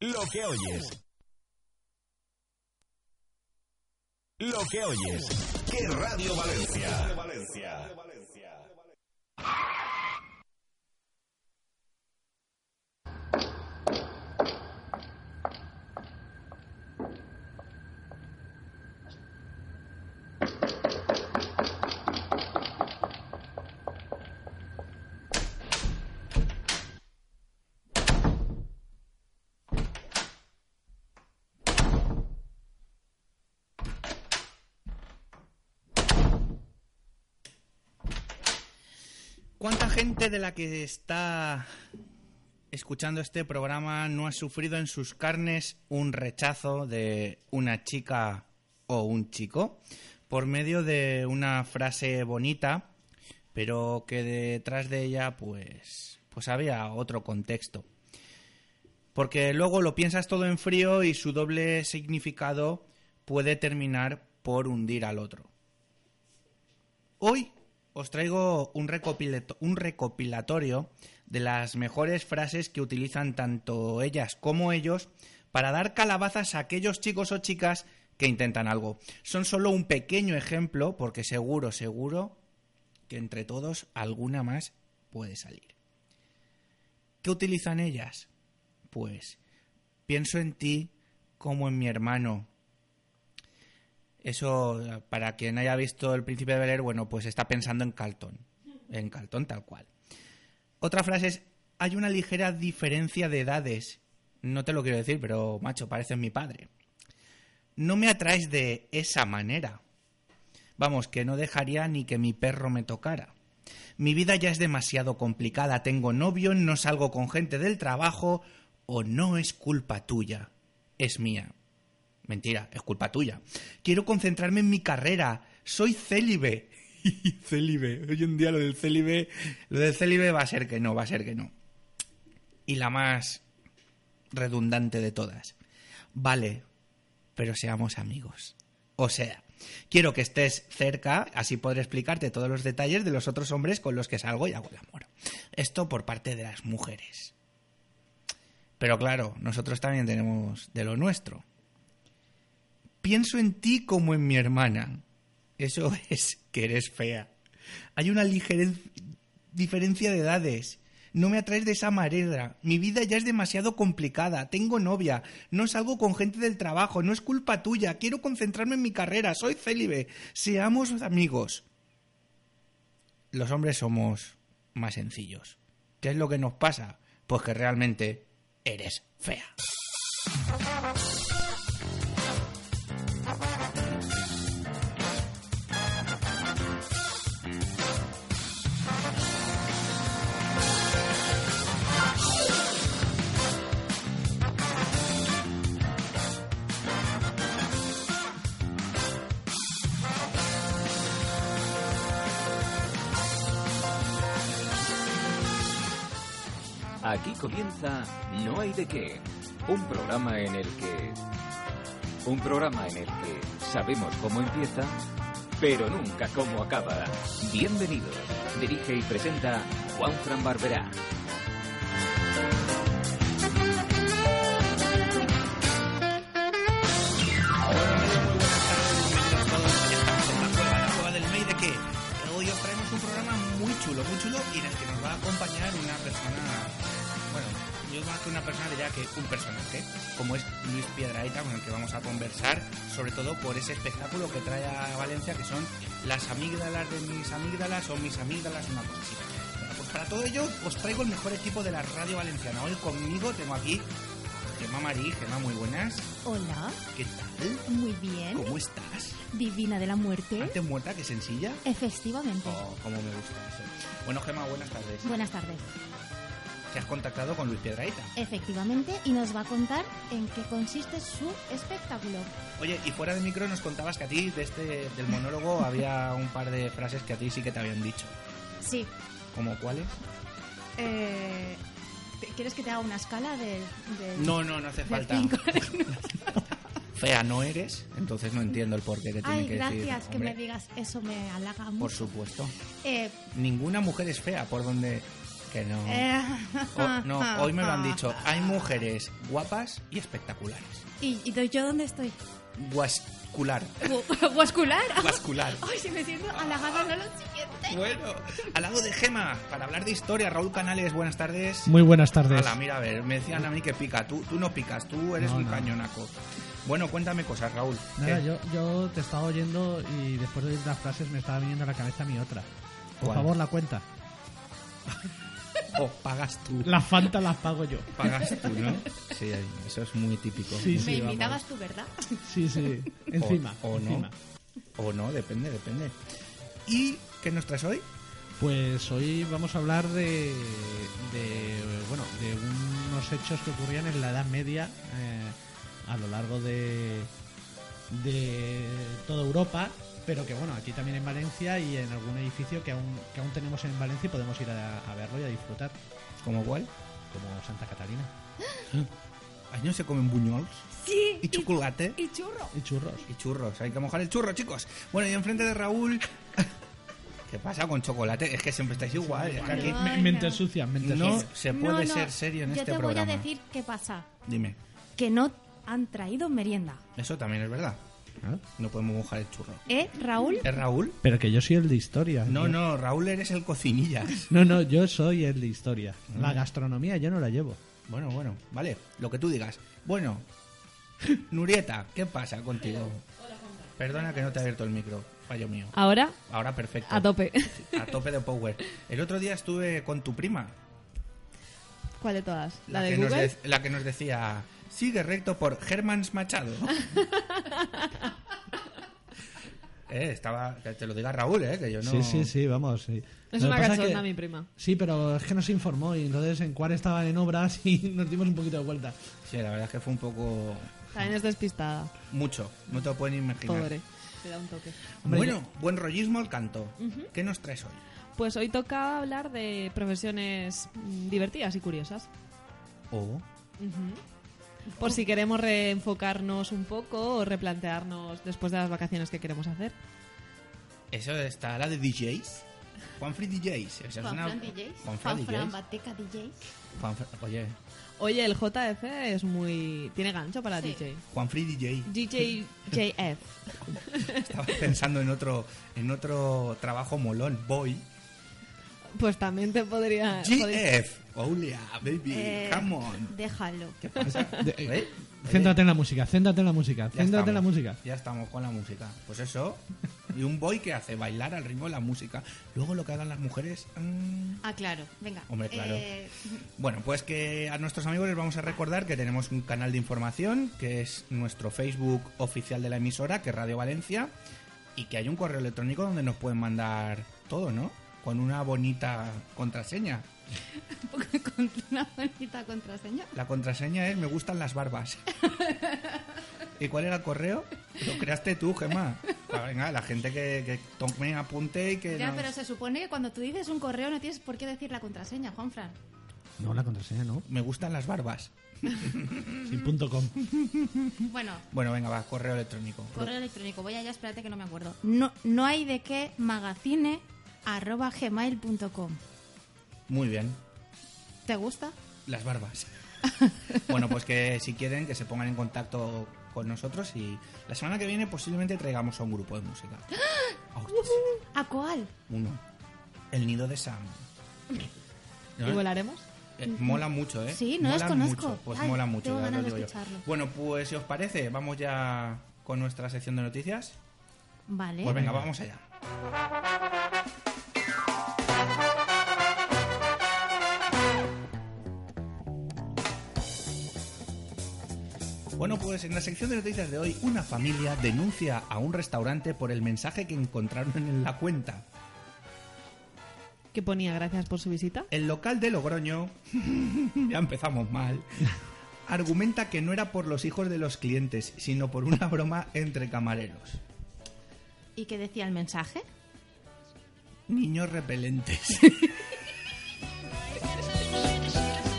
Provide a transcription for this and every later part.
Lo que oyes. Lo que oyes. Que Radio Valencia. ¿Cuánta gente de la que está escuchando este programa no ha sufrido en sus carnes un rechazo de una chica o un chico por medio de una frase bonita, pero que detrás de ella pues pues había otro contexto? Porque luego lo piensas todo en frío y su doble significado puede terminar por hundir al otro. Hoy os traigo un, recopilato- un recopilatorio de las mejores frases que utilizan tanto ellas como ellos para dar calabazas a aquellos chicos o chicas que intentan algo. Son solo un pequeño ejemplo porque seguro, seguro que entre todos alguna más puede salir. ¿Qué utilizan ellas? Pues pienso en ti como en mi hermano, eso, para quien haya visto El Príncipe de Bel-Air, bueno, pues está pensando en Calton. En Calton tal cual. Otra frase es, hay una ligera diferencia de edades. No te lo quiero decir, pero macho, pareces mi padre. No me atraes de esa manera. Vamos, que no dejaría ni que mi perro me tocara. Mi vida ya es demasiado complicada. Tengo novio, no salgo con gente del trabajo o no es culpa tuya. Es mía. Mentira, es culpa tuya. Quiero concentrarme en mi carrera. Soy célibe. célibe. Hoy en día lo del célibe. Lo del célibe va a ser que no, va a ser que no. Y la más redundante de todas. Vale, pero seamos amigos. O sea, quiero que estés cerca, así podré explicarte todos los detalles de los otros hombres con los que salgo y hago el amor. Esto por parte de las mujeres. Pero claro, nosotros también tenemos de lo nuestro pienso en ti como en mi hermana. Eso es que eres fea. Hay una ligera diferencia de edades. No me atraes de esa manera. Mi vida ya es demasiado complicada. Tengo novia. No salgo con gente del trabajo. No es culpa tuya. Quiero concentrarme en mi carrera. Soy célibe. Seamos amigos. Los hombres somos más sencillos. ¿Qué es lo que nos pasa? Pues que realmente eres fea. Aquí comienza No hay de qué, un programa en el que... Un programa en el que sabemos cómo empieza, pero nunca cómo acaba. Bienvenidos, dirige y presenta Juan Fran Barberá. Bienvenidos eh, un personaje, como es Luis Piedraita, con el que vamos a conversar, sobre todo por ese espectáculo que trae a Valencia, que son las amígdalas de mis amígdalas o mis amígdalas, una cosa así. Bueno, pues para todo ello os traigo el mejor equipo de la radio valenciana. Hoy conmigo tengo aquí Gemma Marí, Gemma, muy buenas. Hola, ¿Qué tal? muy bien. ¿Cómo estás? Divina de la muerte. ¿Antes muerta que sencilla? Efectivamente. Oh, cómo me gusta eso. Bueno, Gemma, buenas tardes. Buenas tardes. Te has contactado con Luis Piedraita. Efectivamente, y nos va a contar en qué consiste su espectáculo. Oye, y fuera de micro nos contabas que a ti de este, del monólogo había un par de frases que a ti sí que te habían dicho. Sí. ¿Como cuáles? eh, ¿te- ¿Quieres que te haga una escala de... de- No, no, no hace del falta. cinco? Fea no eres, entonces no entiendo el por qué te tienen Ay, que decir. gracias que hombre. me digas eso, me halaga mucho. Por supuesto. Eh, Ninguna mujer es fea, por donde... Que no. eh, O- no, hoy me lo han dicho. Hay mujeres guapas y espectaculares. ¿Y, y doy yo dónde estoy? Guascular. Gu- ¿Guascular? Vascular. Ay, si me siento halagada no lo siguiente. Bueno, al lado de Gema, para hablar de historia, Raúl Canales, buenas tardes. Muy buenas tardes. Hala, mira, a ver, me decían a mí que pica. Tú, tú no picas, tú eres No, un no. cañonaco. Bueno, cuéntame cosas, Raúl. Eh, Nada, ¿Qué? yo, yo te estaba oyendo y después de oír las frases me estaba viniendo a la cabeza mi otra. Por ¿Cuál? favor, la cuenta. O pagas tú. Las Fanta las pago yo. Pagas tú, ¿no? Sí, eso es muy típico. Sí, Me sí, vamos. invitabas tú, ¿verdad? Sí, sí. Encima. O, o no. encima. O no, depende, depende. ¿Y qué nos traes hoy? Pues hoy vamos a hablar de, de, bueno de unos hechos que ocurrían en la Edad Media eh, a lo largo de de toda Europa, pero que bueno aquí también en Valencia y en algún edificio que aún que aún tenemos en Valencia y podemos ir a, a verlo y a disfrutar ¿Como cuál? como Santa Catalina Ay, no se comen buñols Sí. y chocolate y churro. y churros. y churros. Hay que mojar el churro, chicos. Bueno, y enfrente de Raúl... ¿Qué pasa con chocolate? Es que siempre estáis igual. Es que aquí... No, Me- Mente sucia, mente No sucia. se No, puede no, ser serio en yo este te programa. voy a decir qué pasa. Dime, Que no han traído merienda. eso también es verdad. No podemos mojar el churro. ¿Eh, Raúl? ¿Es Raúl? Pero que yo soy el de historia. No, Yo- no, Raúl eres el cocinillas. No, no, yo soy el de historia. Ah. La gastronomía yo no la llevo. Bueno, bueno, vale, lo que tú digas. Bueno, Nurieta, ¿qué pasa contigo? Perdona que no te he abierto el micro, fallo mío. Ahora, Ahora perfecto. a tope. A tope de power. El otro día estuve con tu prima, ¿Cuál de todas? ¿La, de que nos, Google? de- la que nos decía, sigue recto por Germans Machado. eh, estaba, que te lo diga Raúl, eh, que yo no... Sí, sí, sí, vamos. sí. Lo Es que una pasa cachonda, que- mi prima. Sí, pero es que nos informó y entonces en cuál estaban en obras y nos dimos un poquito de vuelta. Sí, la verdad es que fue un poco... También es despistada. Mucho, no te lo pueden imaginar. Pobre. Te da un toque. Hombre, bueno, buen rollismo al canto. ¿Qué nos traes hoy? Pues hoy toca hablar de profesiones mm, divertidas y curiosas. Oh. Por si queremos reenfocarnos un poco o replantearnos después de las vacaciones que queremos hacer. Eso está la de DJs. Juanfrey DJs. Esa es una- Juanfran DJs. Juanfran Juanfran DJs. Bateca DJs. Juanfra- Oye, Oye, el JF es muy. tiene gancho para Sí. DJ. Juanfrey DJ. DJ JF. Estaba pensando en otro, en otro trabajo molón. Boy. Pues también te podría. podría- GF. Oh yeah, baby. Eh, Come on. Déjalo. ¿Qué pasa? de- ¿Eh? Céntrate en la música, céntrate en la música, Ya céntrate en la estamos, música. Ya estamos con la música. Pues eso. Y un boy que hace bailar al ritmo de la música. Luego lo que hagan las mujeres. mm, Ah, claro. Venga. Hombre, claro. Eh, Bueno, pues que a nuestros amigos les vamos a recordar que tenemos un canal de información, que es nuestro Facebook oficial de la emisora, que es Radio Valencia, y que hay un correo electrónico donde nos pueden mandar todo, ¿no? Con una bonita contraseña. con una bonita contraseña. La contraseña es me gustan las barbas. ¿Y cuál era el correo? Lo creaste tú, Gemma. Ah, Venga, la gente que, que tome apunte y que... Ya, nos- pero se supone que cuando tú dices un correo no tienes por qué decir la contraseña, Juanfran. No, la contraseña no, Me gustan las barbas. Mm. sin punto com. Bueno, Bueno, venga, va, correo electrónico. correo electrónico. Voy allá, espérate que no me acuerdo. No, no hay de qué magazine arroba gmail.com. Muy bien. ¿Te gusta? Las barbas. bueno, pues que si quieren que se pongan en contacto con nosotros y la semana que viene posiblemente traigamos a un grupo de música. Ouch. ¿A cuál? Uno. El nido de Sam. ¿Y volaremos? Eh, mola mucho, ¿eh? Sí, no mola los conozco. Mucho. Pues Ay, mola mucho. tengo ya ganas os de digo yo. escucharlo. Bueno, pues si os parece, vamos ya con nuestra sección de noticias. Vale. Pues venga, vamos allá. Bueno, pues en la sección de noticias de hoy, una familia denuncia a un restaurante por el mensaje que encontraron en la cuenta. Que ponía gracias por su visita. El local de Logroño, ya empezamos mal, argumenta que no era por los hijos de los clientes, sino por una broma entre camareros. ¿Y qué decía el mensaje? Niños repelentes. Tú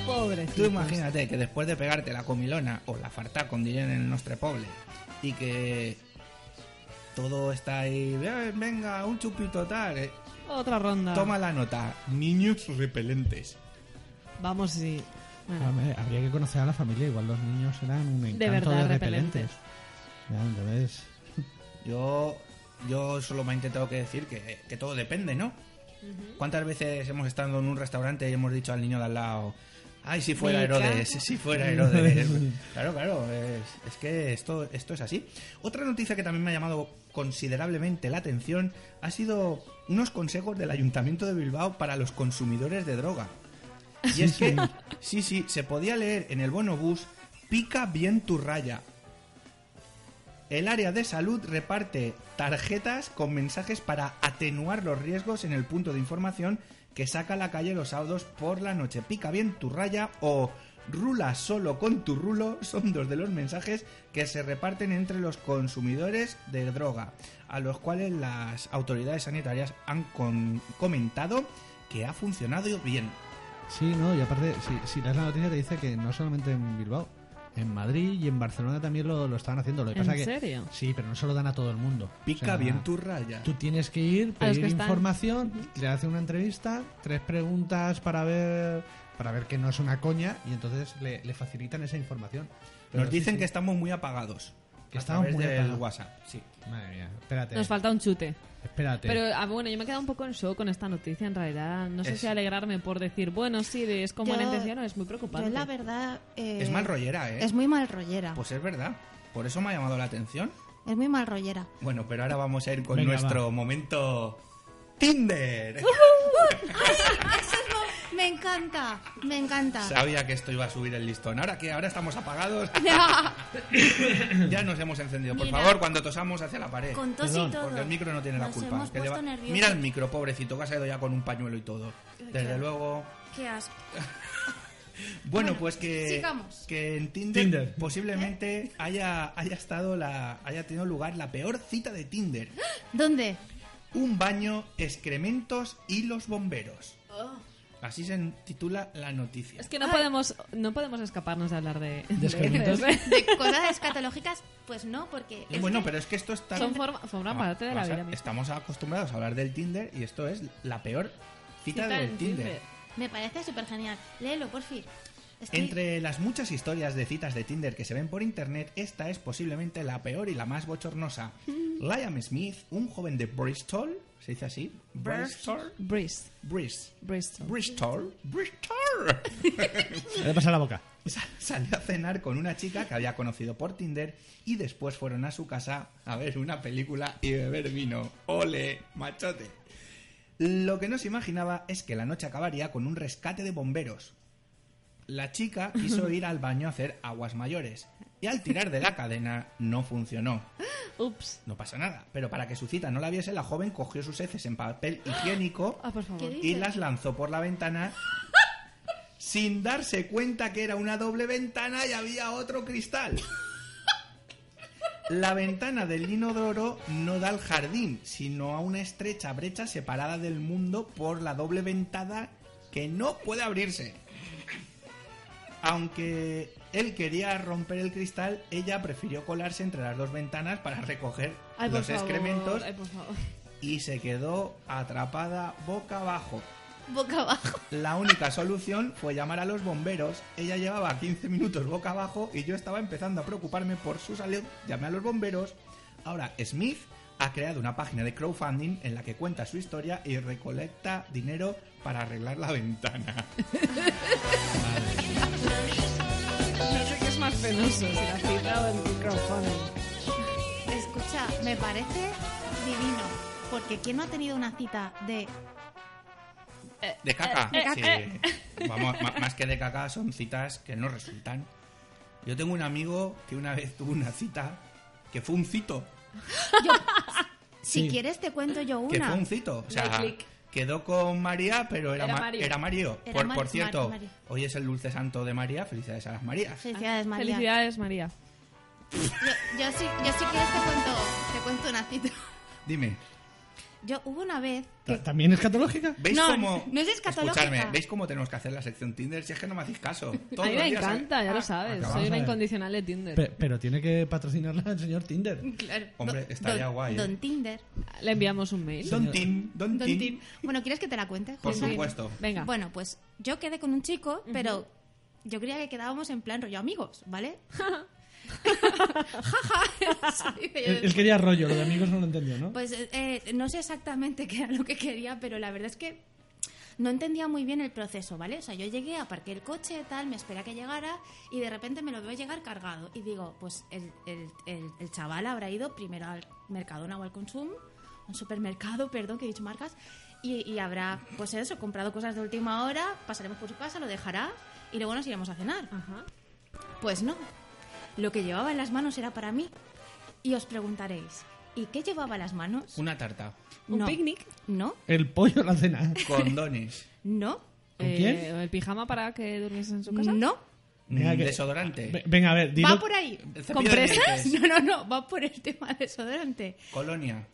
Pobrecito. Eh, imagínate que después de pegarte la comilona o la farta, con dirían en el nostre poble, y que todo está ahí, "Eh, venga, un chupito tal, eh, Otra ronda. toma la nota, niños repelentes. Vamos, sí. Bueno, Hombre, habría que conocer a la familia, igual los niños eran un encanto de, verdad, repelentes. repelentes. Ya, entonces, Yo, yo solo me he intentado que decir que, que todo depende, ¿no? ¿Cuántas veces hemos estado en un restaurante y hemos dicho al niño de al lado, ay, si fuera Me Herodes, encanta". si fuera Herodes? claro, claro, es, es que esto, esto es así. Otra noticia que también me ha llamado considerablemente la atención ha sido unos consejos del Ayuntamiento de Bilbao para los consumidores de droga. Y es que, sí, sí, se podía leer en el bonobús, pica bien tu raya. El área de salud reparte tarjetas con mensajes para atenuar los riesgos en el punto de información que saca la calle los sábados por la noche. Pica bien tu raya o rula solo con tu rulo son dos de los mensajes que se reparten entre los consumidores de droga, a los cuales las autoridades sanitarias han con- comentado que ha funcionado bien. sí, no, y aparte, si, si lees la noticia te dice que no solamente en Bilbao, en Madrid y en Barcelona también lo, lo estaban haciendo. Lo que ¿En pasa que- serio? Sí, pero no se lo dan a todo el mundo. Pica O sea, bien tu raya. Tú tienes que ir, A pedir los Ah, que están. información, le hacen una entrevista, tres preguntas para ver para ver que no es una coña y entonces le, le facilitan esa información. Pero Nos sí, dicen sí. que estamos muy apagados. Que A estamos través muy del apagados. WhatsApp, sí. Madre mía, espérate. nos falta un chute. Espérate. Pero ah, bueno, yo me he quedado un poco en shock con esta noticia en realidad. No sé Es- si alegrarme por decir, bueno, sí, de- es como Yo- la intención o es muy Yo preocupante. la verdad... eh, Es mal rollera, ¿eh? Es muy mal rollera. Pues es verdad. Por eso me ha llamado la atención. Es muy mal rollera. Bueno, pero ahora vamos a ir con Venga, nuestro momento Tinder. Me encanta, me encanta. Sabía que esto iba a subir el listón. Ahora que ahora estamos apagados, ya nos hemos encendido. Por Mira. favor, cuando tosamos hacia la pared. Con tos Perdón, y todo. Porque el micro no tiene la Nos culpa. hemos que le puesto va- nerviosos. Mira el micro, pobrecito, que ha salido ya con un pañuelo y todo. Desde qué- luego. Qué asco. Bueno, Bueno, pues que, sigamos. que en Tinder, Tinder. posiblemente haya, haya estado la, haya tenido lugar la peor cita de Tinder. ¿Dónde? Un baño, excrementos y los bomberos. Así se titula la noticia. Es que no podemos, no podemos escaparnos de hablar de, de excrementos? heces. ¿De cosas escatológicas? Pues no, porque... Y Eh, bueno, pero es que esto está... Ah, Son forma, forman parte de la O sea, vida misma. Estamos acostumbrados a hablar del Tinder y esto es la peor cita, Cita del en Tinder. Tinder. Me parece súper genial. Léelo, por fin. Es que- Entre las muchas historias de citas de Tinder que se ven por internet, esta es posiblemente la peor y la más bochornosa. Liam Smith, un joven de Bristol, ¿se dice así? Bristol. Breeze, Bristol. Bristol. Bristol. Bristol. Le he pasado la boca. Sa- Salió a cenar con una chica que había conocido por Tinder y después fueron a su casa a ver una película y beber vino. ¡Ole, machote! Lo que no se imaginaba es que la noche acabaría con un rescate de bomberos. La chica quiso ir al baño a hacer aguas mayores y al tirar de la cadena no funcionó. Ups. No pasa nada, pero para que su cita no la viese, la joven cogió sus heces en papel higiénico Ah, por favor. ¿Qué y dices? las lanzó por la ventana sin darse cuenta que era una doble ventana y había otro cristal. La ventana del inodoro no da al jardín, sino a una estrecha brecha separada del mundo por la doble ventada que no puede abrirse. Aunque él quería romper el cristal, ella prefirió colarse entre las dos ventanas para recoger Ay, por los favor. excrementos Ay, por favor. y se quedó atrapada boca abajo. Boca abajo. La única solución fue llamar a los bomberos. Ella llevaba 15 minutos boca abajo y yo estaba empezando a preocuparme por su salud. Llamé a los bomberos. Ahora, Smith ha creado una página de crowdfunding en la que cuenta su historia y recolecta dinero para arreglar la ventana. No sé qué es más penoso, si la cita o el crowdfunding. Escucha, me parece divino. Porque ¿quién no ha tenido una cita de... De caca. De caca. Sí. Vamos, ma- más que de caca son citas que no resultan. Yo tengo un amigo que una vez tuvo una cita que fue un cito. Si Sí. quieres te cuento yo Que fue una. un cito. O sea, clic. quedó con María, pero era, Era Ma- Mario. era Mario. Era por, Mar- por cierto, Mar- Mario. hoy es el dulce santo de María. Felicidades a las Marías. Felicidades, María. Ah, Felicidades, María. Yo, yo sí, yo sí quieres te cuento, te cuento una cita. Dime, Yo hubo una vez que Ta- ¿También es catológica? ¿veis No, cómo.? no es escatológica. Escuchadme, ¿veis cómo tenemos que hacer la sección Tinder? Si es que no me hacéis caso. Todos A mí los días me ¿eh? Ah, sale- encanta, Ah. ya lo sabes. acabamos Soy a una ver. incondicional de Tinder. Pe- pero tiene que patrocinarla el señor Tinder. Claro. Hombre, Don- estaría don- guay, ¿eh? Don Tinder. Le enviamos un mail. Don Tim, Don, Don Tim. Tim. Bueno, ¿quieres que te la cuente? Por Juanma? supuesto. Venga. Bueno, pues yo quedé con un chico, pero yo creía que quedábamos en plan rollo amigos, ¿vale? Jaja. Sí, que yo- Él, él quería rollo, lo de amigos no lo entendió, ¿no? Pues eh, eh, no sé exactamente qué era lo que quería, pero la verdad es que no entendía muy bien el proceso, ¿vale? O sea, yo llegué, aparqué el coche, tal, me esperé a que llegara y de repente me lo veo llegar cargado. Y digo, pues el, el- el- el chaval habrá ido primero al Mercadona o al Consum, un supermercado, perdón, que he dicho marcas, y, y habrá, pues eso, comprado cosas de última hora, pasaremos por su casa, lo dejará y luego nos iremos a cenar. Ajá. Pues no. Lo que llevaba en las manos era para mí. Y os preguntaréis, ¿y qué llevaba en las manos? Una tarta. ¿Un No. picnic? No, El pollo a la cena. Condones. no, ¿Con Eh, quién? ¿El pijama para que durmiese en su casa? no. Venga, Mm, que- Ah, Desodorante. Ve- Venga, a ver, dilo. Va por ahí. Cepillo ¿Con de presas? dientes. No, no, no. Va por el tema desodorante. Colonia.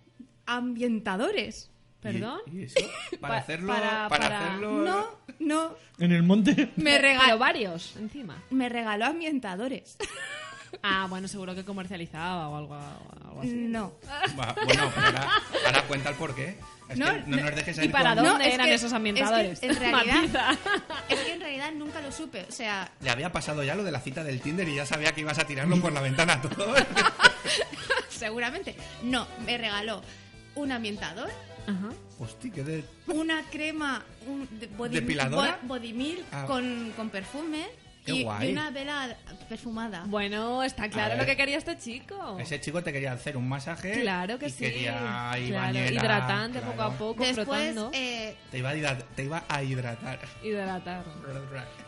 Ambientadores. ¿Perdón? ¿Y, y eso? Para Pa- hacerlo. para- Para, para- hacerlo. No, no. En el monte. Me Pero regaló, varios, encima. me regaló ambientadores. Ah, bueno, seguro que comercializaba o algo, ¿Ah, algo así. No. Va, bueno, pero ahora, ahora cuenta el porqué. Es No, que no no- nos dejes ¿Y ahí para con- dónde No, es eran que- esos ambientadores? es que en realidad- Matiza. Es que en realidad nunca lo supe. O sea, Le había pasado ya lo de la cita del Tinder y ya sabía que ibas a tirarlo por la ventana todo. seguramente. No, me regaló un ambientador, Ajá. Hostia, qué de... una crema un de- body, ¿Depiladora? bo- body milk Ah. con, con perfume Qué y, y guay. una vela perfumada. Bueno, está claro ver. lo que quería este chico. Ese chico te quería hacer un masaje. Claro que y sí. Quería ahí Claro, bañera, Hidratante claro. poco a poco, Después, frotando. eh, Te iba a, hidra- te iba a hidratar. Hidratar.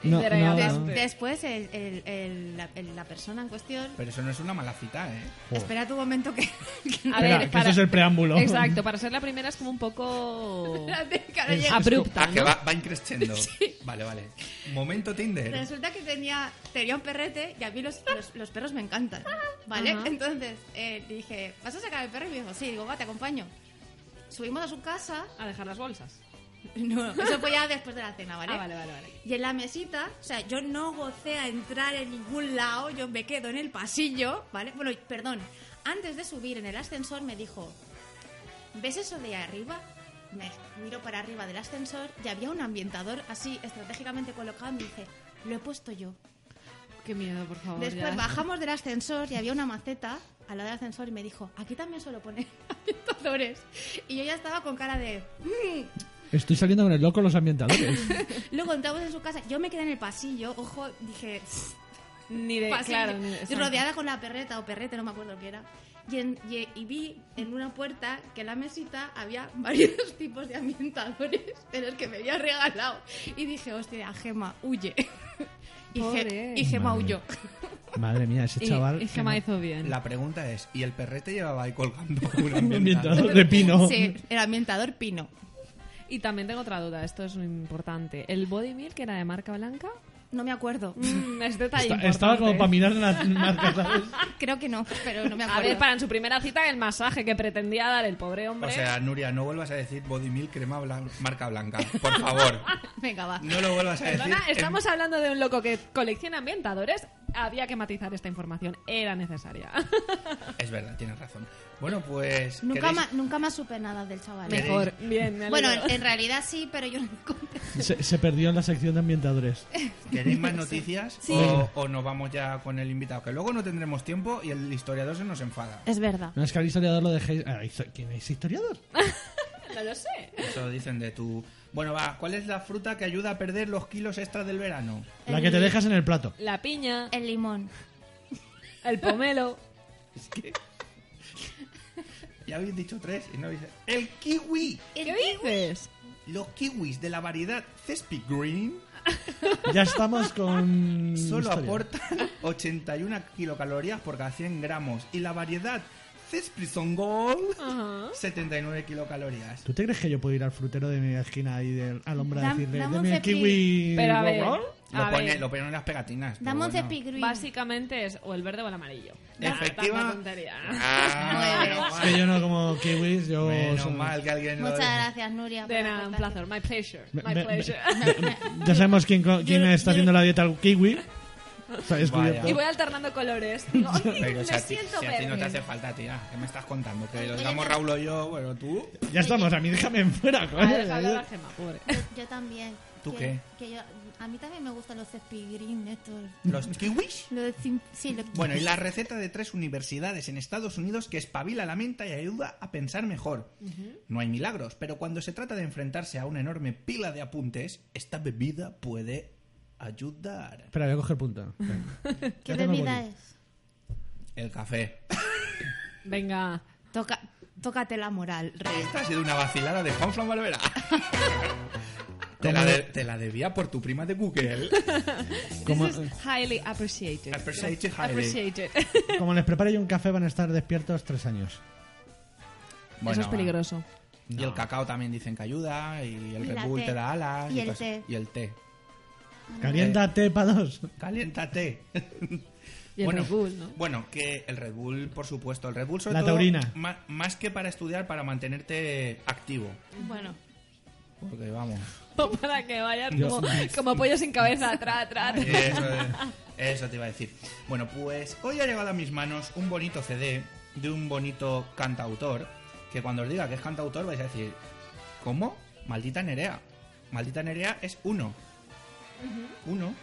No, Hidratante. no, no. Después, el- el- el- la, el- la persona en cuestión. Pero eso no es una mala cita, ¿eh? Espera tu momento que. que Espera, A que ver, eso para- es el preámbulo. Exacto, para ser la primera es como un poco espérate, que ahora Es- llego. abrupta. Ah, que ¿no? va, va increciendo. Vale, vale. Momento Tinder. Resulta que tenía, tenía un perrete y a mí los, los, los perros me encantan. ¿Vale? Ajá. Entonces eh, dije, ¿vas a sacar el perro? Y me dijo, sí, digo, va, te acompaño. Subimos a su casa. A dejar las bolsas. No, eso fue ya después de la cena, ¿vale? Ah, vale, vale, vale. Y en la mesita, o sea, yo no gocé a entrar en ningún lado, yo me quedo en el pasillo, ¿vale? Bueno, perdón, antes de subir en el ascensor me dijo, ¿ves eso de arriba? Me miro para arriba del ascensor y había un ambientador así estratégicamente colocado y me dice, lo he puesto yo. Qué miedo, por favor. Después Oh, ya. bajamos del ascensor y había una maceta al lado del ascensor y me dijo, aquí también suelo poner ambientadores. Y yo ya estaba con cara de... "Mm, Estoy saliendo con el loco los ambientadores. Luego entramos en su casa, yo me quedé en el pasillo, ojo, dije, Ni de. pasillo, Eh, Claro, ni de- y exacto. rodeada con la perreta o perrete, no me acuerdo qué era. Y, en- y- y vi en una puerta que en la mesita había varios tipos de ambientadores de los que me había regalado. Y dije, hostia, Gema, huye. Y, Ge- Pobre. y Gema Madre. huyó. Madre mía, ese Y, Este chaval. y Gemma hizo bien. La pregunta es, ¿y el perrete llevaba ahí colgando un Un ambientador? ambientador de pino. Sí, el ambientador Pino. Y también tengo otra duda, esto es muy importante. ¿El body milk era de marca blanca? No me acuerdo. Mm, es Esta- detalle estaba como para importante. mirar la marca, ¿sabes? Creo que no, pero no me A acuerdo. ver, para en su primera cita el masaje que pretendía dar el pobre hombre. O sea, Nuria, no vuelvas a decir body milk crema blan- marca blanca, por favor. Venga, va. No lo vuelvas a decir. Perdona, en- estamos hablando de un loco que colecciona ambientadores. Había que matizar esta información, era necesaria. Es verdad, tienes razón. Bueno, pues. Nunca, ¿queréis- más, nunca más supe nada del chaval. ¿Queréis? Mejor, bien, me Bueno, alegro. eh, en realidad sí, pero yo no lo conté. Se, se perdió en la sección de ambientadores. ¿Queréis más noticias? Sí. O, o nos vamos ya con el invitado? Que luego no tendremos tiempo y el historiador se nos enfada. Es verdad. No es que al historiador lo dejéis. ah, hizo- ¿Quién es historiador? No lo sé. Eso dicen de tu. Bueno, va, ¿cuál es la fruta que ayuda a perder los kilos extras del verano? La que te dejas en el plato. La piña, eh, El limón. el pomelo. Ya habéis dicho tres y no habéis. ¡El kiwi! ¿Qué dices? Los kiwis de la variedad Cespi Green Ya estamos con. solo historia. aportan 81 kilocalorías por cada 100 gramos y la variedad Cespi Songol 79 kilocalorías. ¿Tú te crees que yo puedo ir al frutero de mi esquina y del, al hombre a Dam- decirle, dame un dame el cepillo". kiwi? Pero a ver, guau, a Lo pone, ver, lo ponen en las pegatinas. pero Dame un bueno. cepi green. básicamente es o el verde o el amarillo. Ya, Efectiva- tanta tontería. Ah, Muy menos guau? mal. Es que yo no como kiwis, yo. Menos soy- mal que alguien lo Muchas dijo. gracias, Nuria. por De nada, un aportar. placer. My pleasure. Me- My me- pleasure. Ya sabemos quién, co- quién Yo- está yo- haciendo la dieta al kiwi. Se ha descubierto. Vaya. Y voy alternando colores. Digo, "Ay, Pero me si a, ti, siento si a ti no te verde". hace falta, tía, ¿qué me estás contando? Que los Oye, damos pero- Raúl o yo, bueno, tú. Ya estamos, a mí déjame en fuera, Ah, deja hablar a coño. Gemma, pobre. Pues Yo también. ¿Tú que, qué? que yo, a mí también me gustan los cepi green estos. Los kiwis. Los sim- sí, los- Bueno, y la receta de tres universidades en Estados Unidos que espabila la mente y ayuda a pensar mejor. No hay milagros, pero cuando se trata de enfrentarse a una enorme pila de apuntes, esta bebida puede ayudar. Espera, voy a coger punta. ¿Qué bebida es? El café. Venga. Toca, tócate la moral, rey. Esta ha sido una vacilada de Juan Fran Valvera. Te la, de- te la debía por tu prima de Google. Como- eh, This is highly appreciated. Appreciated highly. Appreciated. Como les prepare yo un café, van a estar despiertos tres años. Eso Bueno, es va. peligroso. Y el cacao también dicen que ayuda, y el Y la Red Bull té. te da alas. Y el cosas- té. Y el té. Caliéntate para dos. Caliéntate. Y el Red Bull, ¿no? Bueno, que el Red Bull, por supuesto. El Red Bull sobre La todo, taurina. ma- más que para estudiar, para mantenerte activo. Bueno, Porque vamos. pues Para que vayan Yo- como, como pollo sin cabeza, atrás, atrás. Eso, Eh, eso te iba a decir. Bueno, pues hoy ha llegado a mis manos un bonito CD de un bonito cantautor. Que cuando os diga que es cantautor vais a decir, ¿cómo? Maldita Nerea. Maldita Nerea es uno. Uno.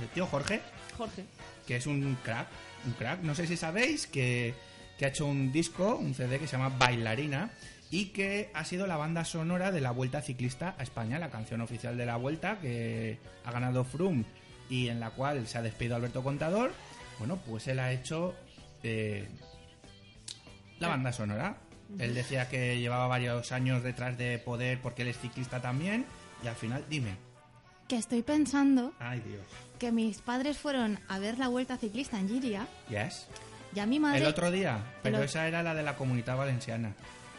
El tío Jorge, Jorge. que es un crack. Un crack. No sé si sabéis que, que ha hecho un disco, un CD que se llama Bailarina. Y que ha sido la banda sonora de la Vuelta Ciclista a España, la canción oficial de la Vuelta que ha ganado Froome y en la cual se ha despedido Alberto Contador. Bueno, pues él ha hecho eh, la banda sonora. Él decía que llevaba varios años detrás de poder porque él es ciclista también. Y al final, dime. que estoy pensando Ay, Dios. que mis padres fueron a ver la vuelta ciclista en Giria Yes. y a mi madre. El otro día, pero otro- esa era la de la comunidad valenciana.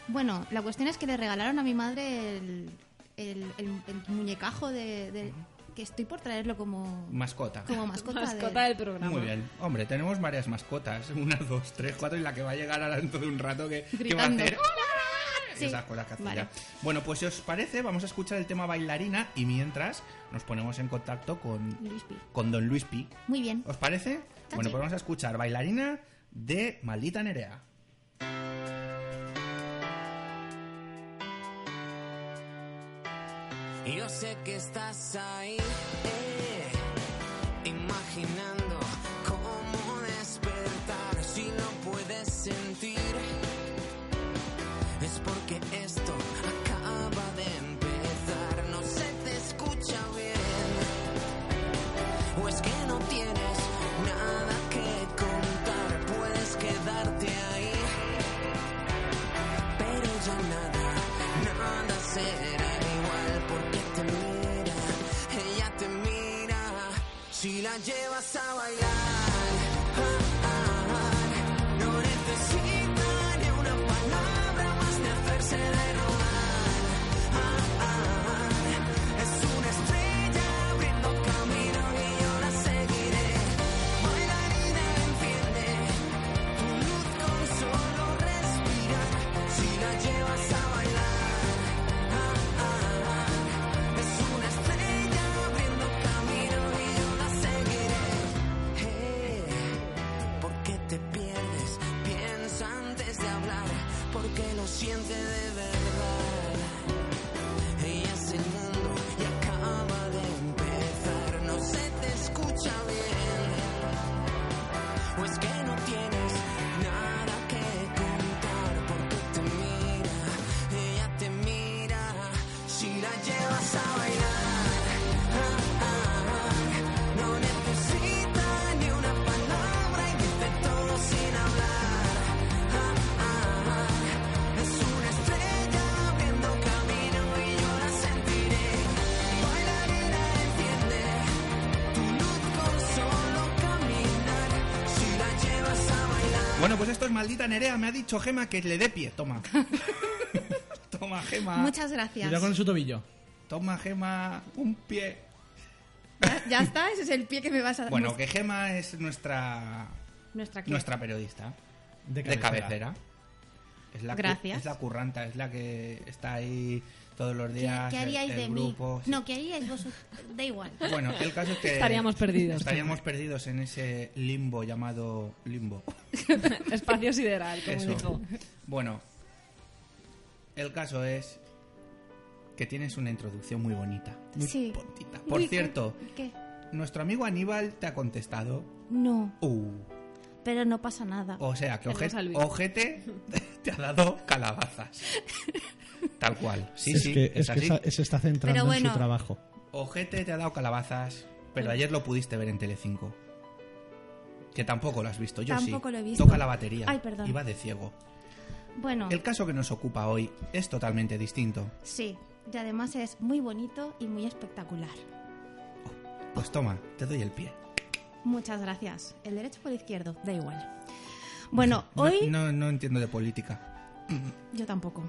Bueno, la cuestión es que le regalaron a mi madre el, el, el- el muñecajo de, de- que estoy por traerlo como, Mascota. como mascota. de- Mascota del programa. Muy bien. Hombre, tenemos varias mascotas. Una, dos, tres, cuatro y la que va a llegar ahora dentro de un rato que, que va a Gritando. hacer... ¡Hola! Sí. Esas cosas que hace Vale. ya. Bueno, pues si os parece, vamos a escuchar el tema bailarina y mientras nos ponemos en contacto con, Luispi. con Don Luis Pi. Muy bien. ¿Os parece? Bueno, pues vamos a escuchar Bailarina de Maldita Nerea. Yo sé que estás ahí, eh, imaginando cómo despertar si no puedes sentir. Es porque esto acaba de empezar, no se te escucha bien. O es que no tienes nada que contar, puedes quedarte ahí pero ya nada, nada será igual porque te mira, ella te mira, si la llevas a bailar, ah, ah, ah, no necesita ni una palabra más de hacerse de rogar, ah, ah, ah, es una estrella abriendo camino y yo la seguiré, bailarina enciende tu luz con solo respirar si la llevas a bailar. Ah, ah, ah. Es una estrella abriendo camino y yo la seguiré. Eh, siente de verdad. Ella es el mundo y acaba de empezar. No se te escucha bien. O es que no tienes nada que contar porque te mira, ella te mira. Si la llevas a bailar, ah, ah, ah. no necesita ni una palabra y dice todo sin hablar. Ah, ah, ah. Es una estrella abriendo camino y yo la sentiré. Bailarina enciende tu luz con solo caminar. Si la llevas a bailar. Bueno, pues esto es maldita Nerea. Me ha dicho Gema que le dé pie. Toma. Toma, Gema. Muchas gracias. Cuidado con su tobillo. Toma, Gema. Un pie. Ya, ya está, ese es el pie que me vas a dar. Bueno, que Gema es nuestra, nuestra, qué? nuestra periodista De de cabecera. cabecera. Es la, cu- Gracias. Es la curranta, es la que está ahí todos los ¿Qué, días. qué haríais el, de el grupo, mí? sí. No, ¿qué haríais vosotros? Da igual. Bueno, el caso es que... Estaríamos perdidos. Estaríamos perdidos en ese limbo llamado limbo. Espacio sideral, como Eso. dijo. Bueno, el caso es que tienes una introducción muy bonita. Muy Sí. bonita. Por Uy, cierto, ¿Qué? nuestro amigo Aníbal te ha contestado. No, Uh, pero no pasa nada. o sea, que Tenemos oje- al Luis. ojete te ha dado calabazas. Tal cual. Sí, es sí, que, es, es que así. esa- se está centrando Pero en bueno. su trabajo. Ojete te ha dado calabazas, pero ayer lo pudiste ver en Telecinco. Que tampoco lo has visto, yo Tampoco sí. lo he visto. Toca la batería. Ay, perdón. Iba de ciego. Bueno, El caso que nos ocupa hoy es totalmente distinto. sí. Y además es muy bonito y muy espectacular. Pues toma, te doy el pie. Muchas gracias. El derecho por el izquierdo, da igual. Bueno, hoy... No, no, no entiendo de política. Yo tampoco.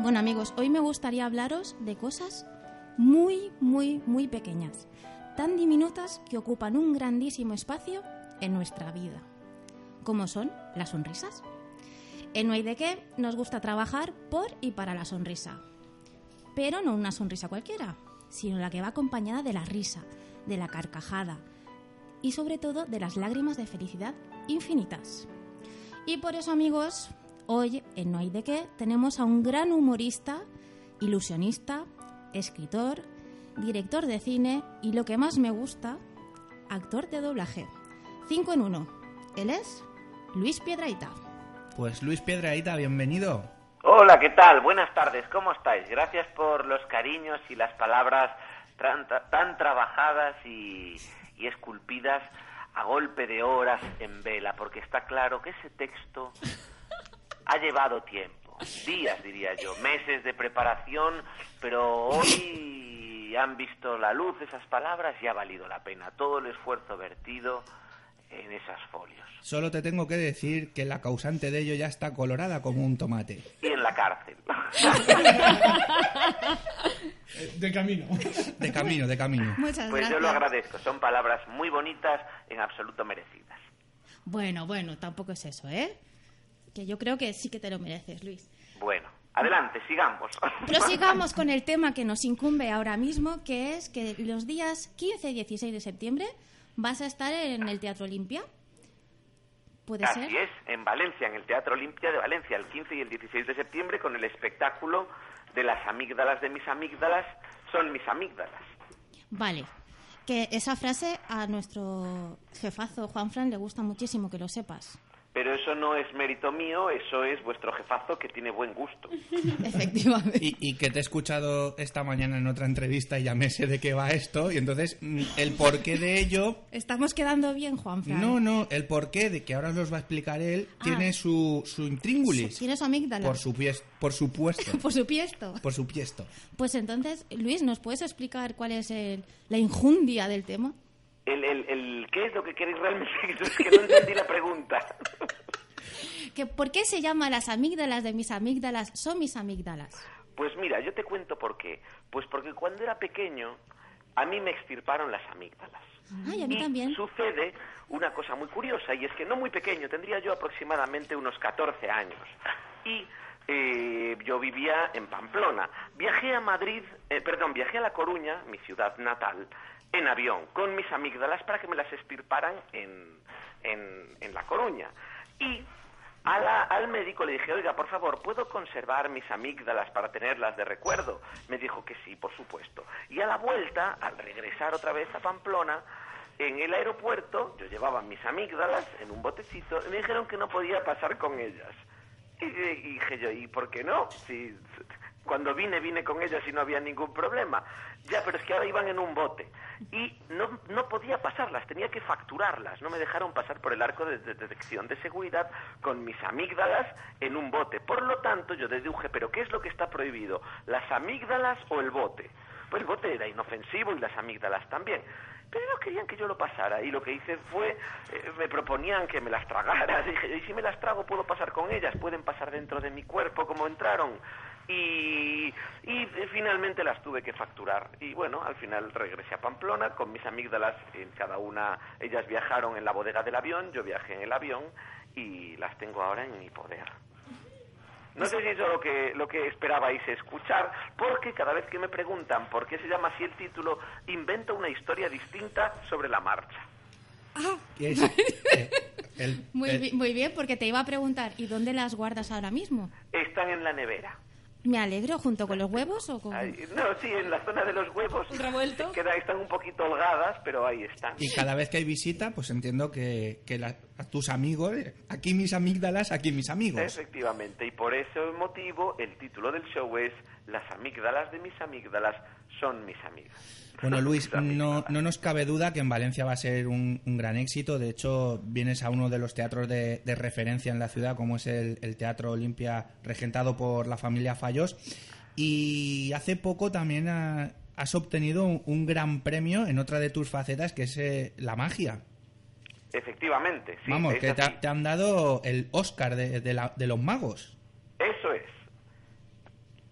Bueno, amigos, hoy me gustaría hablaros de cosas muy, muy, muy pequeñas, tan diminutas que ocupan un grandísimo espacio en nuestra vida, como son las sonrisas. En No hay de qué nos gusta trabajar por y para la sonrisa, pero no una sonrisa cualquiera, sino la que va acompañada de la risa, de la carcajada y sobre todo de las lágrimas de felicidad infinitas. Y por eso, amigos, hoy en No hay de qué tenemos a un gran humorista, ilusionista, escritor, director de cine y lo que más me gusta, actor de doblaje. Cinco en uno. Él es Luis Piedraita. Pues Luis Piedraíta, bienvenido. Hola, ¿qué tal? Buenas tardes, ¿cómo estáis? Gracias por los cariños y las palabras tan, tan trabajadas y, y esculpidas a golpe de horas en vela, porque está claro que ese texto ha llevado tiempo, días diría yo, meses de preparación, pero hoy han visto la luz esas palabras y ha valido la pena todo el esfuerzo vertido en esas folios. Solo te tengo que decir que la causante de ello ya está colorada como un tomate. Y en la cárcel. Eh, De camino. De camino, de camino. Muchas Pues gracias. yo lo agradezco, son palabras muy bonitas, en absoluto merecidas. Bueno, bueno, tampoco es eso, ¿eh? Que yo creo que sí que te lo mereces, Luis. Bueno, adelante, sigamos. Prosigamos con el tema que nos incumbe ahora mismo, que es que los días 15 y 16 de septiembre vas a estar en el Teatro Olimpia. ¿Puede ser? Así es, en Valencia, en el Teatro Olimpia de Valencia, el 15 y el 16 de septiembre, con el espectáculo de las amígdalas de mis amígdalas, son mis amígdalas. Vale. Que esa frase a nuestro jefazo Juan Fran le gusta muchísimo que lo sepas. Pero eso no es mérito mío, eso es vuestro jefazo que tiene buen gusto. Efectivamente. Y, y que te he escuchado esta mañana en otra entrevista y ya me sé de qué va esto. Y entonces, mm, el porqué de ello. Estamos quedando bien, Juan Fran. No, no, el porqué de que ahora os los va a explicar él Ah. tiene su, su intríngulis. Tiene su amígdala. Por, supues- por supuesto. Por supuesto. Por supuesto. Pues entonces, Luis, ¿nos puedes explicar cuál es el- la injundia del tema? El, el, el- ¿Qué es lo que queréis realmente? Es que no entendí la pregunta. Que, ¿Por qué se llama las amígdalas de mis amígdalas son mis amígdalas? Pues mira, yo te cuento por qué. Pues porque cuando era pequeño, a mí me extirparon las amígdalas. Ay, a mí Y también. Mm, Sucede una cosa muy curiosa y es que no muy pequeño, tendría yo aproximadamente unos 14 años. Y eh, yo vivía en Pamplona. Viajé a Madrid, eh, perdón, viajé a La Coruña, mi ciudad natal, en avión, con mis amígdalas para que me las estirparan en, en, en La Coruña. Y A la- al médico le dije, oiga, por favor, ¿puedo conservar mis amígdalas para tenerlas de recuerdo? Me dijo que sí, por supuesto. Y a la vuelta, al regresar otra vez a Pamplona, en el aeropuerto, yo llevaba mis amígdalas en un botecito y me dijeron que no podía pasar con ellas. Y, y dije yo, ¿y por qué no? Si, cuando vine, vine con ellas y no había ningún problema. Ya, pero es que ahora iban en un bote. Y no, no podía pasarlas, tenía que facturarlas. No me dejaron pasar por el arco de de- detección de seguridad con mis amígdalas en un bote. Por lo tanto, yo deduje, ¿pero qué es lo que está prohibido? ¿Las amígdalas o el bote? Pues el bote era inofensivo y las amígdalas también. Pero no querían que yo lo pasara y lo que hice fue, eh, me proponían que me las tragara. Dije, y si me las trago puedo pasar con ellas, pueden pasar dentro de mi cuerpo como entraron. Y, y eh, finalmente las tuve que facturar. Y bueno, al final regresé a Pamplona con mis amígdalas en cada una. Ellas viajaron en la bodega del avión, yo viajé en el avión y las tengo ahora en mi poder. No sé si eso es lo que, lo que esperabais escuchar, porque cada vez que me preguntan por qué se llama así el título, invento una historia distinta sobre la marcha. Que es- eh, el- Muy, el- bi- muy bien, porque te iba a preguntar, ¿y dónde las guardas ahora mismo? Están en la nevera. ¿Me alegro junto con los huevos o con...? Ahí- no, sí, en la zona de los huevos. Revuelto. Queda- están un poquito holgadas, pero ahí están. Y cada vez que hay visita, pues entiendo que, que la- a tus amigos, eh, aquí mis amígdalas, aquí mis amigos. Efectivamente, y por ese motivo el título del show es Las amígdalas de mis amígdalas son mis amigas. Bueno, Luis, Mis amígdalas. no, no nos cabe duda que en Valencia va a ser un, un gran éxito. De hecho, vienes a uno de los teatros de, de referencia en la ciudad, como es el, el Teatro Olimpia, regentado por la familia Fallos. Y hace poco también ha- has obtenido un, un gran premio en otra de tus facetas, que es eh, la magia. Efectivamente, sí. Vamos, es que te, así. ha- te han dado el Oscar de, de la- de los magos. Eso es.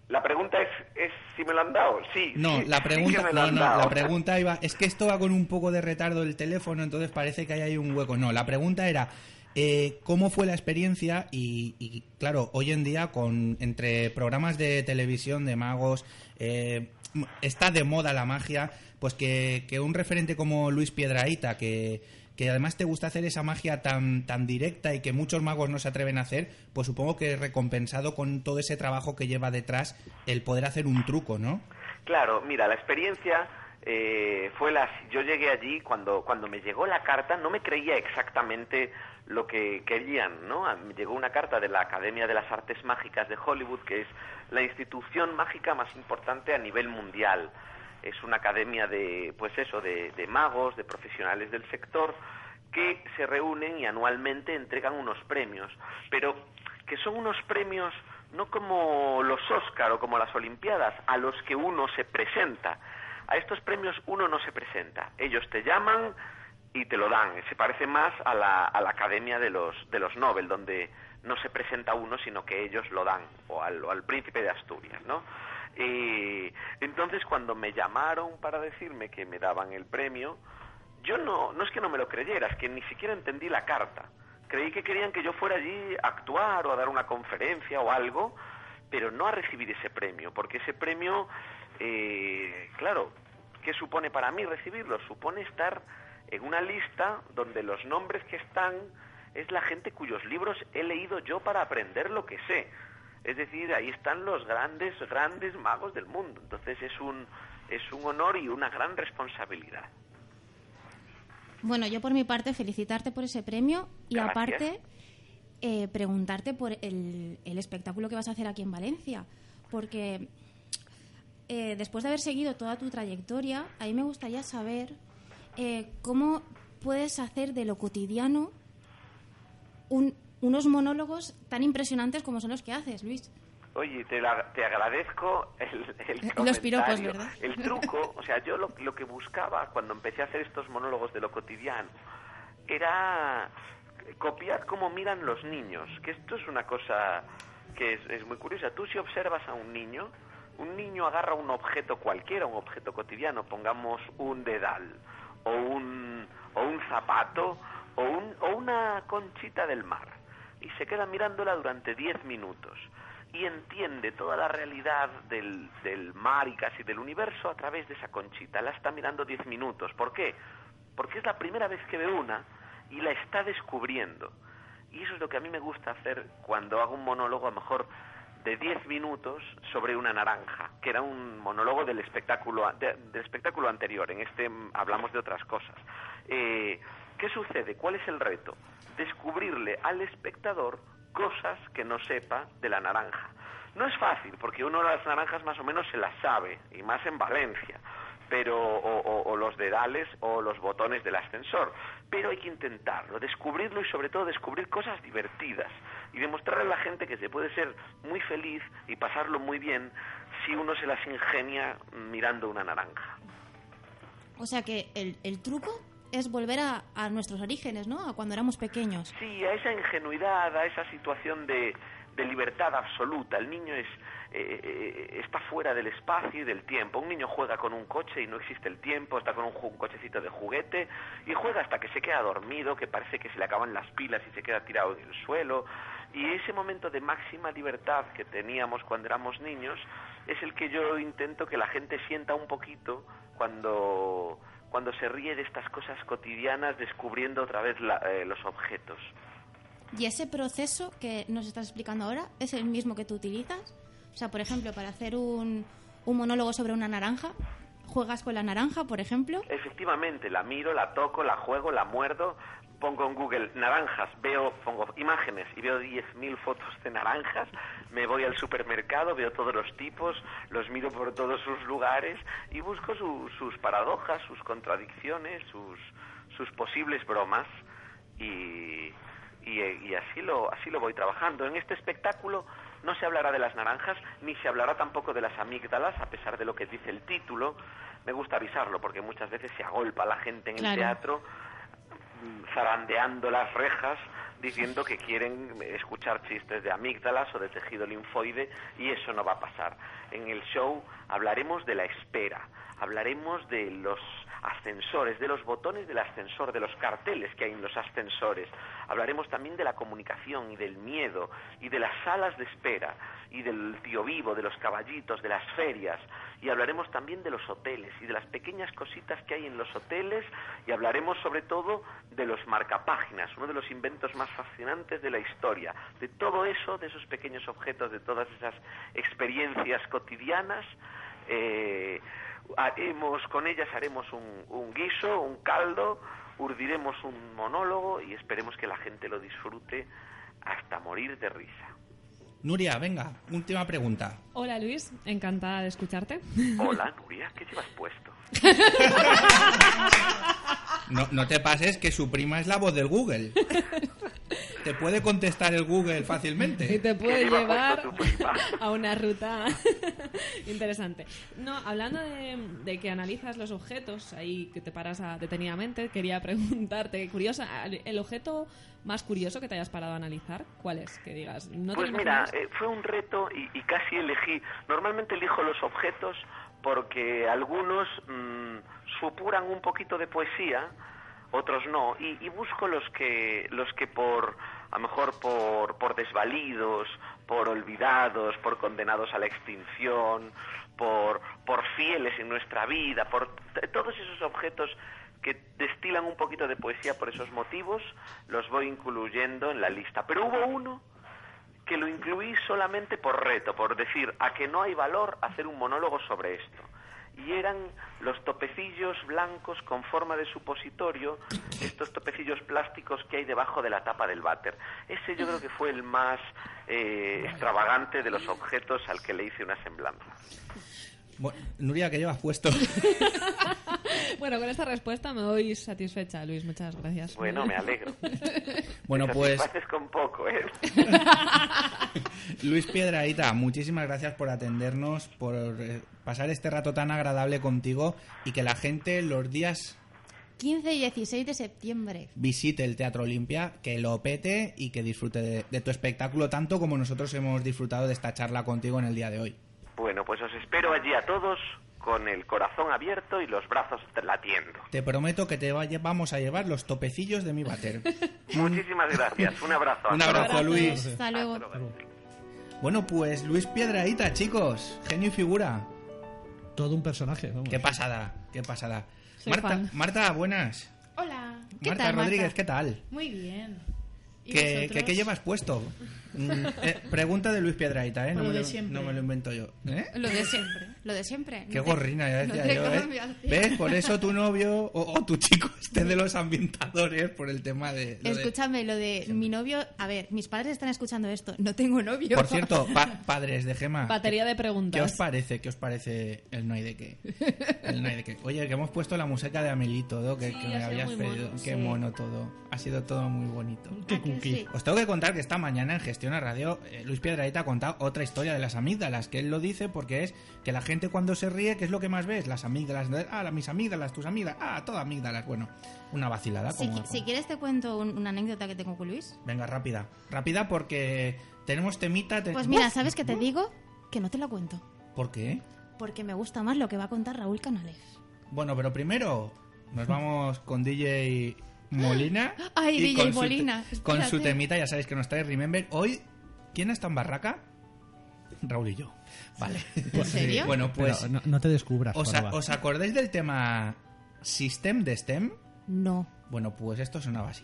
La pregunta es, es si me lo han dado. Sí. No, sí, la sí que pregunta, me lo no, han no, dado. la pregunta iba, es que esto va con un poco de retardo el teléfono, entonces parece que ahí hay un hueco. No, la pregunta era eh, cómo fue la experiencia y, y, claro, hoy en día con entre programas de televisión de magos eh, m- está de moda la magia, pues que, que un referente como Luis Piedraíta que que además te gusta hacer esa magia tan, tan directa y que muchos magos no se atreven a hacer, pues supongo que recompensado con todo ese trabajo que lleva detrás el poder hacer un truco, ¿no? Claro, mira, la experiencia eh, fue la... Yo llegué allí cuando, cuando me llegó la carta, no me creía exactamente lo que querían, ¿no? A- Me llegó una carta de la Academia de las Artes Mágicas de Hollywood, que es la institución mágica más importante a nivel mundial. Es una academia de, pues eso, de, de magos, de profesionales del sector, que se reúnen y anualmente entregan unos premios, pero que son unos premios no como los Óscar o como las Olimpiadas, a los que uno se presenta. A estos premios uno no se presenta. Ellos te llaman y te lo dan. Se parece más a la, a la Academia de los, de los Nobel, donde no se presenta uno, sino que ellos lo dan, o al, o al príncipe de Asturias, ¿no? Y entonces cuando me llamaron para decirme que me daban el premio, yo no, no es que no me lo creyera, es que ni siquiera entendí la carta. Creí que querían que yo fuera allí a actuar o a dar una conferencia o algo, pero no a recibir ese premio, porque ese premio, eh, claro, ¿qué supone para mí recibirlo? Supone estar en una lista donde los nombres que están es la gente cuyos libros he leído yo para aprender lo que sé. Es decir, ahí están los grandes, grandes magos del mundo. Entonces es un, es un honor y una gran responsabilidad. Bueno, yo por mi parte felicitarte por ese premio y Gracias. aparte eh, preguntarte por el, el espectáculo que vas a hacer aquí en Valencia, porque eh, después de haber seguido toda tu trayectoria, a mí me gustaría saber eh, cómo puedes hacer de lo cotidiano un- unos monólogos tan impresionantes como son los que haces, Luis. Oye, te, la- te agradezco el, el Los comentario, piropos, ¿verdad? El truco, o sea, yo lo, lo que buscaba cuando empecé a hacer estos monólogos de lo cotidiano era copiar cómo miran los niños, que esto es una cosa que es, es muy curiosa. Tú si observas a un niño, un niño agarra un objeto cualquiera, un objeto cotidiano, pongamos un dedal o un, o un zapato o, un, o una conchita del mar y se queda mirándola durante 10 minutos y entiende toda la realidad del, del mar y casi del universo a través de esa conchita. La está mirando 10 minutos. ¿Por qué? Porque es la primera vez que ve una y la está descubriendo. Y eso es lo que a mí me gusta hacer cuando hago un monólogo, a lo mejor de 10 minutos, sobre una naranja, que era un monólogo del espectáculo, a- de- del espectáculo anterior. En este mm, hablamos de otras cosas. Eh, ¿Qué sucede? ¿Cuál es el reto? Descubrirle al espectador cosas que no sepa de la naranja. No es fácil, porque uno las naranjas más o menos se las sabe, y más en Valencia pero o, o- o los dedales o los botones del ascensor. Pero hay que intentarlo, descubrirlo y sobre todo descubrir cosas divertidas y demostrarle a la gente que se puede ser muy feliz y pasarlo muy bien si uno se las ingenia mirando una naranja. O sea que el, el truco es volver a, a nuestros orígenes, ¿no? A cuando éramos pequeños. Sí, a esa ingenuidad, a esa situación de, de libertad absoluta. El niño es, eh, eh, está fuera del espacio y del tiempo. Un niño juega con un coche y no existe el tiempo, está con un, ju- un cochecito de juguete y juega hasta que se queda dormido, que parece que se le acaban las pilas y se queda tirado en el suelo. Y ese momento de máxima libertad que teníamos cuando éramos niños es el que yo intento que la gente sienta un poquito cuando cuando se ríe de estas cosas cotidianas descubriendo otra vez la- eh, los objetos. Y ese proceso que nos estás explicando ahora es el mismo que tú utilizas. O sea, por ejemplo, para hacer un, un monólogo sobre una naranja, juegas con la naranja, por ejemplo. Efectivamente, la miro, la toco, la juego, la muerdo, pongo en Google naranjas, veo, pongo imágenes y veo 10.000 fotos de naranjas, me voy al supermercado, veo todos los tipos, los miro por todos sus lugares y busco su- sus paradojas, sus contradicciones, sus, sus posibles bromas y, y, y así, lo, así lo voy trabajando. En este espectáculo no se hablará de las naranjas ni se hablará tampoco de las amígdalas, a pesar de lo que dice el título. Me gusta avisarlo porque muchas veces se agolpa la gente en Claro. el teatro mm, zarandeando las rejas diciendo que quieren escuchar chistes de amígdalas o de tejido linfoide y eso no va a pasar. En el show hablaremos de la espera, hablaremos de los ascensores, de los botones del ascensor, de los carteles que hay en los ascensores, hablaremos también de la comunicación y del miedo y de las salas de espera y del tío vivo, de los caballitos, de las ferias y hablaremos también de los hoteles y de las pequeñas cositas que hay en los hoteles y hablaremos sobre todo de los marcapáginas, uno de los inventos más fascinantes de la historia, de todo eso, de esos pequeños objetos, de todas esas experiencias cotidianas. eh, haremos con ellas haremos un, un guiso, un caldo, urdiremos un monólogo y esperemos que la gente lo disfrute hasta morir de risa. Nuria, venga, última pregunta. Hola Luis, encantada de escucharte. Hola, Nuria, ¿qué llevas puesto? No, no te pases que su prima es la voz del Google. Te puede contestar el Google Y Eh, fácilmente. te puede lleva llevar puesto tu prima? a una ruta interesante. No, hablando de, de que analizas los objetos, ahí que te paras a- detenidamente, quería preguntarte, curiosa, al- el objeto más curioso que te hayas parado a analizar, ¿cuál es? Que digas, no te pues lo mira, imaginas? eh, fue un reto y, y casi elegí. Normalmente elijo los objetos porque algunos mm, supuran un poquito de poesía, otros no, y, y busco los que los que por a lo mejor por, por desvalidos, por olvidados, por condenados a la extinción, por, por fieles en nuestra vida, por t- todos esos objetos que destilan un poquito de poesía por esos motivos, los voy incluyendo en la lista. Pero hubo uno que lo incluí solamente por reto, por decir a que no hay valor hacer un monólogo sobre esto. Y eran los topecillos blancos con forma de supositorio, estos topecillos plásticos que hay debajo de la tapa del váter. Ese yo creo que fue el más eh, extravagante de los objetos al que le hice una semblanza. Bueno, Nuria, ¿qué llevas puesto? Bueno, con esta respuesta me doy satisfecha, Luis, muchas gracias. Bueno, me alegro. Bueno, pues Haces con poco, ¿eh? Luis Piedraíta, muchísimas gracias por atendernos, por eh, pasar este rato tan agradable contigo y que la gente los días 15 y 16 de septiembre. visite el Teatro Olimpia, que lo pete y que disfrute de, de tu espectáculo tanto como nosotros hemos disfrutado de esta charla contigo en el día de hoy. Bueno, pues os espero allí a todos con el corazón abierto y los brazos latiendo. Te prometo que te va- vamos a llevar los topecillos de mi váter. Mm. Muchísimas gracias. Un abrazo. Un Hasta luego. abrazo, Luis. Hasta luego. Hasta luego. Bueno, pues Luis Piedraíta, chicos, genio y figura. Todo un personaje, vamos. Qué pasada, qué pasada. Soy Marta, fan. Marta, buenas. Hola. ¿Qué Marta tal, Marta? Rodríguez, ¿qué tal? Muy bien. ¿Y ¿Qué, vosotros? qué- qué llevas puesto? Mm, eh, pregunta de Luis Piedraita, ¿eh? No Lo me de lo, siempre. no me lo invento yo. ¿Eh? Lo de siempre, lo de siempre. Qué No te- gorrina, ya no decía te yo, ¿eh? cambias, tío. ¿Ves? Por eso tu novio o, o tu chico este de los ambientadores por el tema de... lo de- Escúchame, lo de mi novio. A ver, mis padres están escuchando esto. No tengo novio. Por cierto, pa- padres de Gema. Batería de ¿Qué os preguntas. parece? ¿Qué os parece el no hay de qué? El no hay de qué. Oye, que hemos puesto la música de Amelie y todo, que, Sí, que ha me sido habías muy pedido. mono, Qué sí. mono todo. Ha sido todo muy bonito. Qué ¿A que cookie. sí? Os tengo que contar que esta mañana en Gestión a Radio, eh, Luis Piedrahita ha contado otra historia de las amígdalas, que él lo dice porque es que la gente cuando se ríe, ¿qué es lo que más ves? Las amígdalas, ah, la- mis amígdalas, tus amigas, ah, todas amígdalas. Bueno, una vacilada Si, como... si quieres, te cuento un- una anécdota que tengo con Luis. Venga, rápida. Rápida porque tenemos temita... te- Pues mira, ¡Buf! ¿sabes qué te digo? Que no te la cuento. ¿Por qué? Porque me gusta más lo que va a contar Raúl Canales. Bueno, pero primero nos vamos con DJ Molina. Ay, y DJ con su te- Molina, Con su espérate. temita, ya sabéis que nos trae Remember. Hoy, ¿quién está en Barraca? Raúl y yo. Vale. ¿En serio? Bueno, pues Pero no, no te descubras. ¿os, a- joroba. os acordáis del tema System de STEM? No. Bueno, pues esto sonaba así.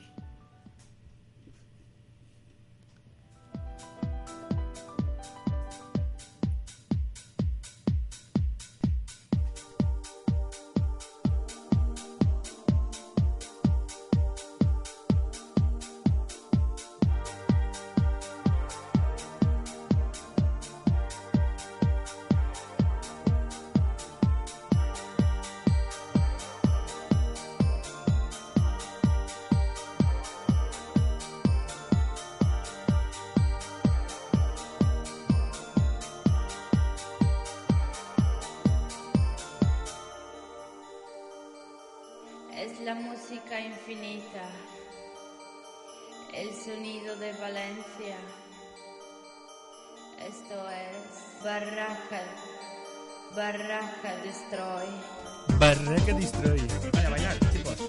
Es la música infinita, el sonido de Valencia. Esto es Barraca, Barraca Destroy. Barraca Destroy. Vaya, vaya, chicos.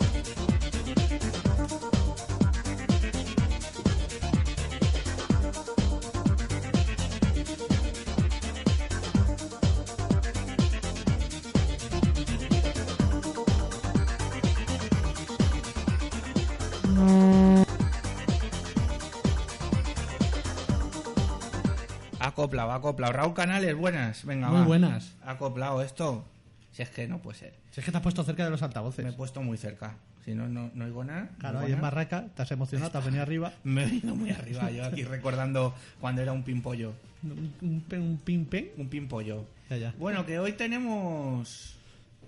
Acoplado, acoplado. Raúl Canales, buenas. Venga, Muy va. buenas. Acoplado esto. Si es que no puede ser. Si es que te has puesto cerca de los Me he altavoces. puesto muy cerca. Si no, no, no oigo nada. no Claro, oigo ahí en nada. Barraca te has emocionado, te has venido arriba. Me he venido muy arriba. Yo aquí recordando cuando era un pimpollo. Un, un, pe- un pim pim. Un pimpollo. Ya, ya. Bueno, que hoy tenemos.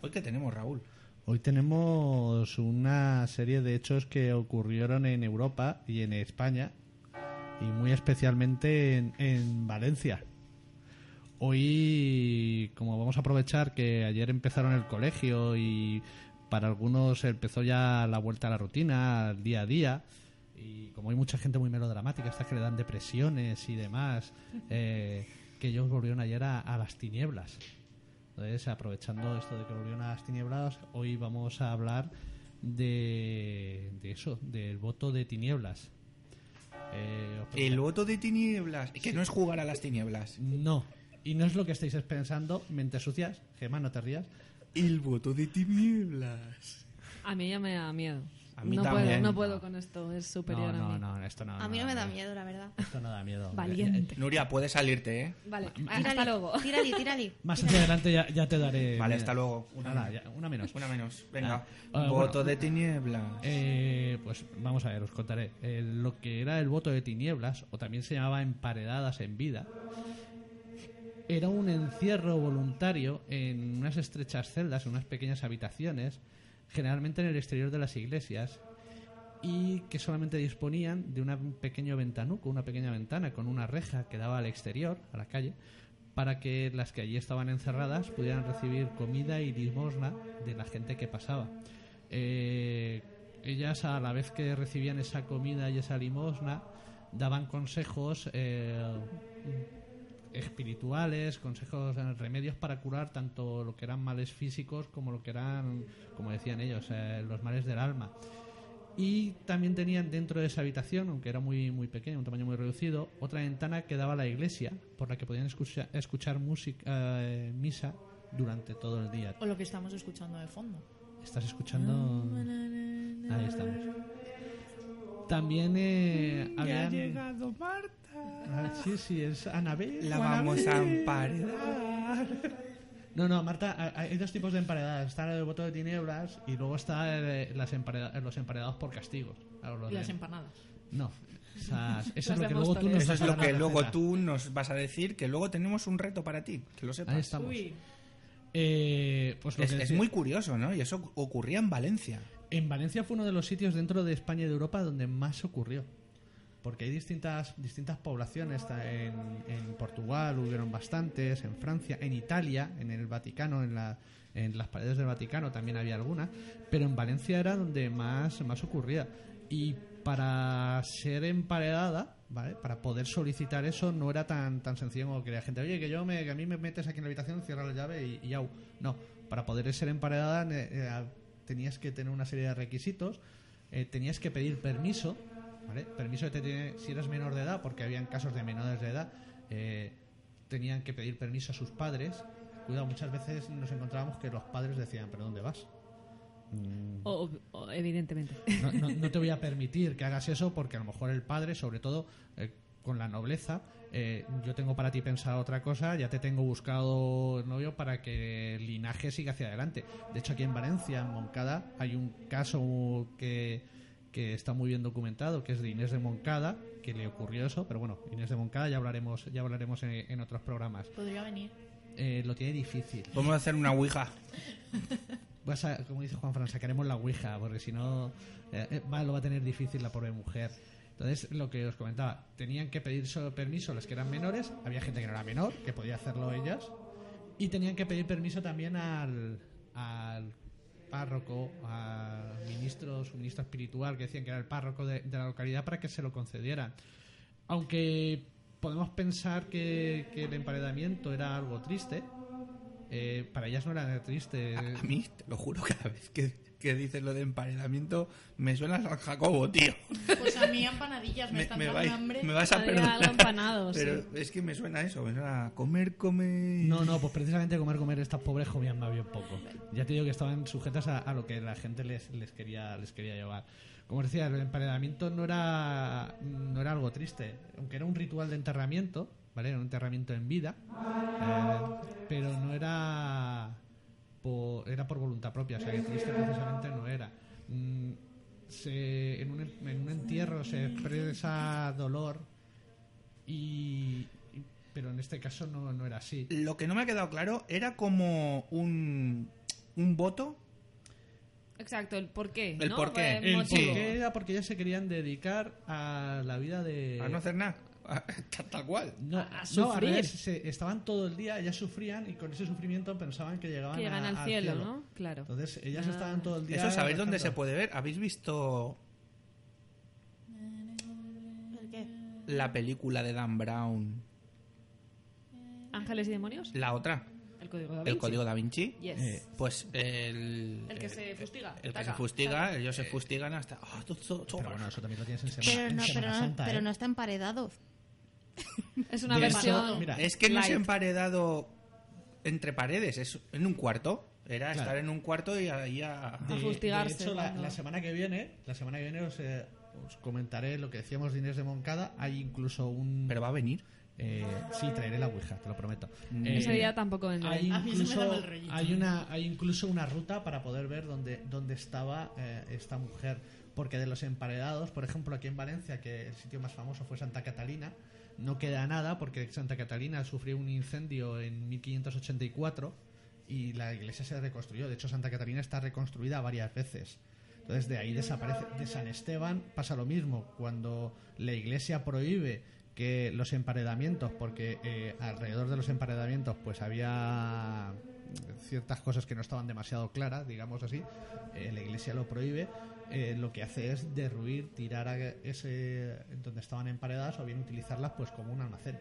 Hoy que tenemos, Raúl. Hoy tenemos una serie de hechos que ocurrieron en Europa y en España, y muy especialmente en, en Valencia. Hoy, como vamos a aprovechar que ayer empezaron el colegio y para algunos empezó ya la vuelta a la rutina, al día a día, y como hay mucha gente muy melodramática, estas que le dan depresiones y demás, eh, que ellos volvieron ayer a- a las tinieblas. Entonces, aprovechando esto de que volvieron a las tinieblas, hoy vamos a hablar de, de eso, del voto de tinieblas. Eh, os El preguntáis- voto de tinieblas. Que no es jugar a las tinieblas. No, y no es lo que estáis pensando, mentes sucias, Gemma, no te rías. El voto de tinieblas. A mí ya me da miedo. A mí no también. puedo, no puedo con esto, es superior no, a no, mí. no, esto Ah, no. A mí no me da no, miedo, la verdad. Esto no da miedo. Eh, Valiente. Nuria, puedes salirte, ¿eh? Vale, Tírale, hasta luego. Tírale, tírale. Más hacia adelante ya, ya te daré. Vale, hasta luego. Una, Una, una menos. una menos. Venga. Ah, ah, voto bueno. de tinieblas. Eh, pues vamos a ver, os contaré. Eh, lo que era el voto de tinieblas, o también se llamaba emparedadas en vida, era un encierro voluntario en unas estrechas celdas, en unas pequeñas habitaciones, generalmente en el exterior de las iglesias, y que solamente disponían de una- un pequeño ventanuco, una pequeña ventana con una reja que daba al exterior, a la calle, para que las que allí estaban encerradas pudieran recibir comida y limosna de la gente que pasaba. Eh, ellas, a la vez que recibían esa comida y esa limosna, daban consejos eh, espirituales, consejos, eh, remedios para curar tanto lo que eran males físicos como lo que eran, como decían ellos, eh, los males del alma. Y también tenían dentro de esa habitación, aunque era muy, muy pequeña, un tamaño muy reducido, otra ventana que daba a la iglesia, por la que podían escucha- escuchar música, eh, misa durante todo el día. O lo que estamos escuchando de fondo. Estás escuchando... Ahí estamos. También eh, habían- Marta. Ah, sí, sí, es Anabel. La o vamos a Anabel. emparedar. No, no, Marta, ha- hay dos tipos de emparedadas. Está el voto de tinieblas y luego está eh, las empareda- los emparedados por castigos. Ahora lo Y las de- empanadas. No, esas, eso Las es lo de que luego tú nos Móstoles. Eso vas es a lo dar la que luego receta. tú nos vas a decir, que luego tenemos un reto para ti, que lo Ahí sepas. estamos. Uy, Eh, pues Ah, lo Es, que es decía- muy curioso, ¿no? Y eso ocurría en Valencia. En Valencia fue uno de los sitios dentro de España y de Europa donde más ocurrió. Porque hay distintas, distintas poblaciones. Está en, en Portugal hubieron bastantes, en Francia, en Italia, en el Vaticano, en, la- en las paredes del Vaticano también había alguna. Pero en Valencia era donde más, más ocurría. Y para ser emparedada, ¿vale? Para poder solicitar eso no era tan, tan sencillo como quería la gente. Oye, que yo me, que a mí me metes aquí en la habitación, cierras la llave y, y au". No, para poder ser emparedada ne- eh, tenías que tener una serie de requisitos, eh, tenías que pedir permiso, ¿vale? Permiso que te tiene- si eras menor de edad, porque habían casos de menores de edad, eh, tenían que pedir permiso a sus padres. Cuidado, muchas veces nos encontrábamos que los padres decían, ¿pero dónde vas? o- o- evidentemente. no, no- no te voy a permitir que hagas eso porque a lo mejor el padre, sobre todo eh, con la nobleza, eh, yo tengo para ti pensado otra cosa, ya te tengo buscado novio para que el linaje siga hacia adelante. De hecho, aquí en Valencia, en Moncada, hay un caso que, que está muy bien documentado, que es de Inés de Moncada, que le ocurrió eso, pero bueno, Inés de Moncada ya hablaremos, ya hablaremos en, en otros programas. Podría venir. Eh, lo tiene difícil. Vamos a hacer una ouija. Vas a- como dice Juan Fran, sacaremos la Ouija, porque si no, eh, eh, va- lo va a tener difícil la pobre mujer. Entonces, lo que os comentaba, tenían que pedir solo permiso las que eran menores, había gente que no era menor, que podía hacerlo ellas, y tenían que pedir permiso también al, al párroco, al ministro, su ministro espiritual, que decían que era el párroco de, de la localidad, para que se lo concedieran. Aunque podemos pensar que, que el emparedamiento era algo triste, eh, para ellas no era triste. A, a mí, te lo juro, cada vez que, que dices lo de emparedamiento, me suena a San Jacobo, tío. Pues a mí empanadillas, me, Me, están me dando vais- hambre. me vas a Habría perdonar. algo empanado, Pero sí. es que me suena a eso, me suena a comer, comer. No, no, pues precisamente comer, comer, estas pobres comían más bien poco. Ya te digo que estaban sujetas a, a lo que la gente les, les, quería, les quería llevar. Como os decía, el emparedamiento no era, no era algo triste, aunque era un ritual de enterramiento, ¿vale? Era un enterramiento en vida, eh, pero no era por, era por voluntad propia, o sea que triste precisamente no era. Mm, se- en, un, en un entierro se expresa dolor y... y- Pero en este caso no, no era así. Lo que no me ha quedado claro era como un, un voto. Exacto, el por qué. El ¿no? por qué. Pues, El motivo. porqué era porque ya se querían dedicar a la vida de... A no hacer nada. Tal- Tal cual. No, a no, sufrir. al revés, se- estaban todo el día, ellas sufrían y con ese sufrimiento pensaban que llegaban Que llegan a- al cielo, ¿no? Claro. Entonces ellas Ah. estaban todo el día... Eso sabéis dónde se rezando. puede ver. ¿Habéis visto ¿El qué? la película de Dan Brown? Ángeles y demonios. La otra, El código da Vinci. El Código Da Vinci. Yes. Eh, Pues el. El que se fustiga, El que se taca, fustiga, taca. ellos se fustigan hasta. ah, tú- tú- tú- Pero bueno, eso también lo tienes en Semana, Pero en no, pero Semana no, Santa, pero ¿eh? no está emparedado. Es una De versión. hecho, mira, es que no se light. emparedado entre paredes, es en un cuarto. Era Claro. estar en un cuarto y ahí a. De- A fustigarse De hecho, la, cuando- la semana que viene, la semana que viene os, eh, os comentaré lo que decíamos de Inés de Moncada. Hay incluso un... Pero va a venir. eh, sí, traeré la Ouija, te lo prometo. Mm. Eh, Ese día tampoco vendré. hay A mí se me incluso, daba el rollito. hay una hay incluso una ruta para poder ver dónde dónde estaba eh, esta mujer porque de los emparedados por ejemplo aquí en Valencia que el sitio más famoso fue Santa Catalina no queda nada porque Santa Catalina sufrió un incendio en 1584 y la iglesia se reconstruyó de hecho Santa Catalina está reconstruida varias veces entonces de ahí desaparece. De San Esteban pasa lo mismo. Cuando la iglesia prohíbe que los emparedamientos, porque eh, alrededor de los emparedamientos pues había ciertas cosas que no estaban demasiado claras, digamos así, eh, la iglesia lo prohíbe, eh, lo que hace es derruir, tirar a ese donde estaban emparedadas o bien utilizarlas pues como un almacén,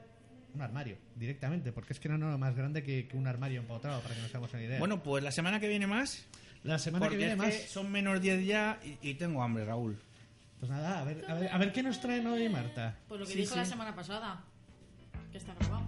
un armario, directamente, porque es que no era más grande que, que un armario empotado, para que nos hagamos una idea. Bueno, pues la semana que viene más. la semana que porque viene es más... que son menos 10 ya y, y tengo hambre, Raúl. Pues nada, a ver, a ver, a ver qué nos traen hoy Marta. Pues lo que Sí, dijo sí. la semana pasada. Que está grabado.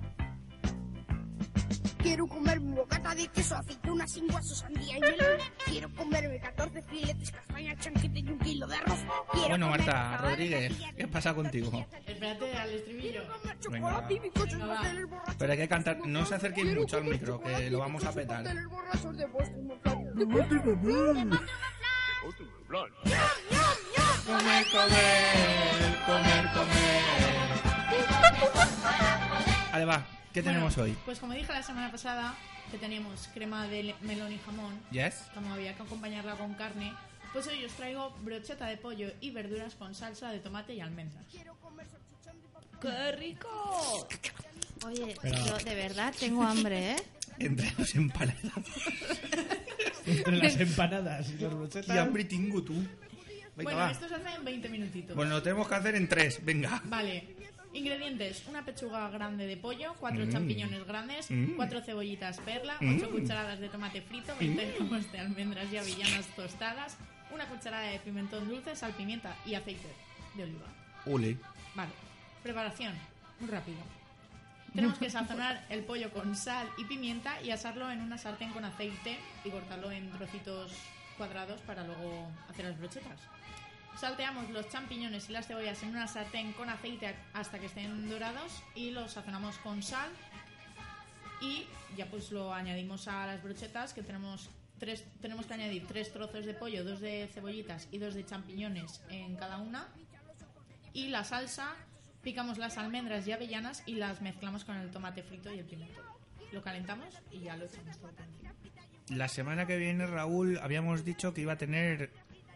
Quiero comerme un bocata de queso, aceituna sin guaso, sandía y melón. Quiero comerme 14 filetes, castaña, chanquete y un kilo de arroz. Quiero Bueno, comer Marta tabaco, Rodríguez, ¿qué pasa contigo? Espérate al estribillo. chocolate y bizcochos, pasteles borrachos. Pero hay que cantar, no se acerquéis mucho al micro, que lo vamos a petar. pasteles borrachos de Boston, de Boston. Comer, comer, comer, comer. Vale, va, ¿qué tenemos hoy? Pues como dije la semana pasada, que tenemos crema de le- melón y jamón, Yes. como había que acompañarla con carne, pues hoy os traigo brocheta de pollo y verduras con salsa de tomate y almendras. ¡Qué rico! Oye, Pero- yo de verdad tengo hambre, ¿eh? Entre los empanadas. Entre las empanadas y las brochetas. Y hambre tingo tú. Venga, bueno, va. esto se hace en 20 minutitos. Bueno, lo tenemos que hacer en tres, venga. Vale. Ingredientes: una pechuga grande de pollo, cuatro Mm. champiñones grandes, Mm. cuatro cebollitas perla, Mm. ocho cucharadas de tomate frito, 20 gramos de almendras y avellanas tostadas, una cucharada de pimentón dulce, sal, pimienta y aceite de oliva. Ole. Vale. Preparación. Muy rápido. Tenemos que sazonar el pollo con sal y pimienta y asarlo en una sartén con aceite y cortarlo en trocitos cuadrados para luego hacer las brochetas. Salteamos los champiñones y las cebollas en una sartén con aceite hasta que estén dorados y los sazonamos con sal y ya pues lo añadimos a las brochetas que tenemos tres tenemos que añadir tres trozos de pollo, dos de cebollitas y dos de champiñones en cada una y la salsa, picamos las almendras y avellanas y las mezclamos con el tomate frito y el pimentón. Lo calentamos y ya lo echamos todo por encima. La semana que viene, Raúl, habíamos dicho que iba a tener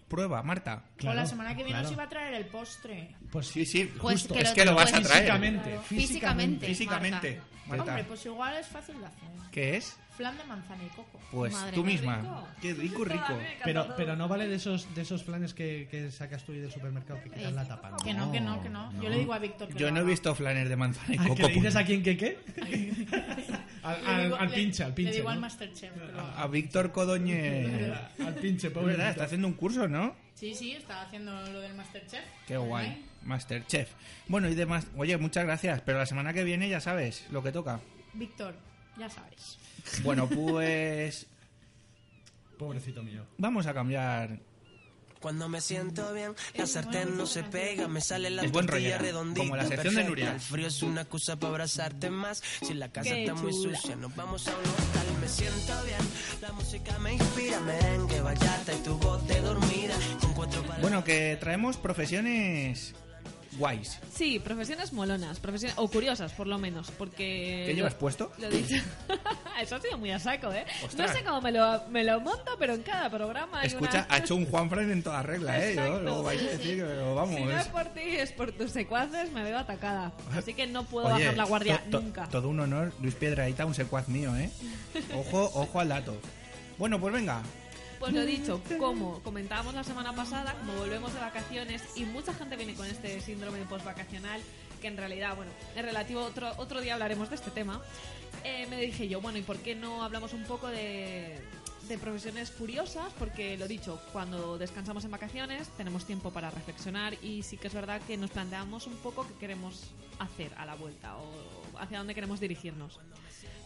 prueba, Marta. o la semana que viene os iba a traer el postre. Pues sí, sí, Pues justo. que es lo- que lo vas a traer. Físicamente, Claro. físicamente, Físicamente, Marta. Hombre, pues igual es fácil de hacer. ¿Qué es? Flan de manzana y coco. Pues Madre tú mía. misma. Qué rico, rico. Pero, pero no vale de esos, de esos planes que, que sacas tú y del supermercado que quitas la tapa. Que no, que no, que no. Yo le digo a Víctor que Yo lo no he haga. visto flanes de manzana y ¿A coco. Ah, que le dices puro. a quién que qué? al, Le al- digo- al le- pinche, al pinche. Le digo al ¿no? Masterchef. que lo haga. A Víctor Codoñez. Al pinche, Es pobre. verdad, está haciendo un curso, ¿no? Sí, sí, estaba haciendo lo del Masterchef. Qué guay. Online. Masterchef. Bueno, y demás. Oye, muchas gracias. Pero la semana que viene ya sabes lo que toca. Víctor, ya sabes. Bueno, pues. Pobrecito mío. Vamos a cambiar. Cuando me siento bien, la sartén no se pega, me sale la Es buen tortilla rollera, redondita. como la sección de perfecta. Nuria. El frío es una excusa para abrazarte más. Si la casa Qué está muy chula. sucia, nos vamos a un hostal. Me siento bien, la música me inspira, merengue, bachata y tu voz de dormida. Con cuatro palabras. Bueno, que traemos profesiones guays. Sí, profesiones molonas, profesiones, o curiosas por lo menos, porque... ¿Qué llevas puesto? Eh, Lo he dicho. Eso ha sido muy a saco, ¿eh? Ostras. No sé cómo me lo, me lo monto, pero en cada programa hay Escucha, una... ha hecho un Juanfran en toda regla, ¿eh? Yo Exacto. luego vais a decir que pero vamos. Si no es es- por ti, es por tus secuaces, me veo atacada. Así que no puedo Oye, bajar la guardia to- to- nunca. Todo un honor, Luis Piedraíta, un secuaz mío, ¿eh? Ojo, ojo al dato. Bueno, pues venga. Pues lo dicho, como comentábamos la semana pasada, como volvemos de vacaciones y mucha gente viene con este síndrome postvacacional, que en realidad, bueno, es relativo, otro, otro día hablaremos de este tema, eh, me dije yo, bueno, ¿y por qué no hablamos un poco de, de profesiones curiosas? Porque lo dicho, cuando descansamos en vacaciones tenemos tiempo para reflexionar y sí que es verdad que nos planteamos un poco qué queremos hacer a la vuelta o hacia dónde queremos dirigirnos.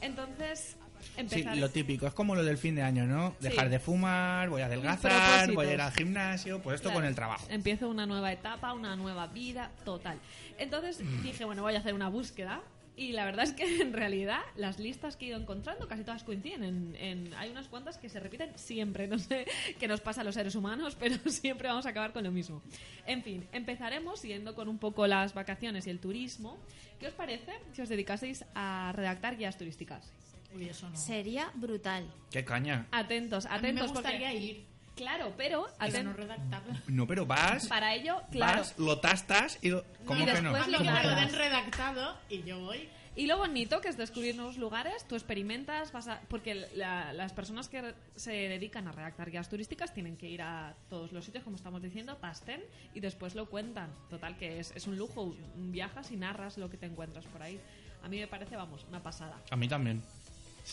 Entonces, Sí, empezar... lo típico, es como lo del fin de año, ¿no? Sí. Dejar de fumar, voy a adelgazar, Propósitos. voy a ir al gimnasio, pues esto Claro. Eh. con el trabajo. Empiezo una nueva etapa, una nueva vida, total. Entonces Mm. dije, bueno, voy a hacer una búsqueda. Y la verdad es que en realidad las listas que he ido encontrando casi todas coinciden. En, en- hay unas cuantas que se repiten siempre. No sé qué nos pasa a los seres humanos, pero siempre vamos a acabar con lo mismo. En fin, empezaremos siguiendo con un poco las vacaciones y el turismo. ¿Qué os parece si os dedicaseis a redactar guías turísticas? Uy, eso no. Sería brutal. Qué caña. Atentos, A mí me atentos. porque- gustaría ir, Claro, pero pero no atentos. redactarla. No, pero vas, Para ello, claro. vas, lo tastas y... Lo... ¿Cómo y que no? después Hazlo que me lo mandas. den redactado y yo voy. Y lo bonito que es descubrir nuevos lugares, tú experimentas, vas a- porque la- las personas que re- se dedican a redactar guías turísticas tienen que ir a todos los sitios, como estamos diciendo, tasten y después lo cuentan. Total, que es, es un lujo, viajas y narras lo que te encuentras por ahí. A mí me parece, vamos, una pasada. A mí también.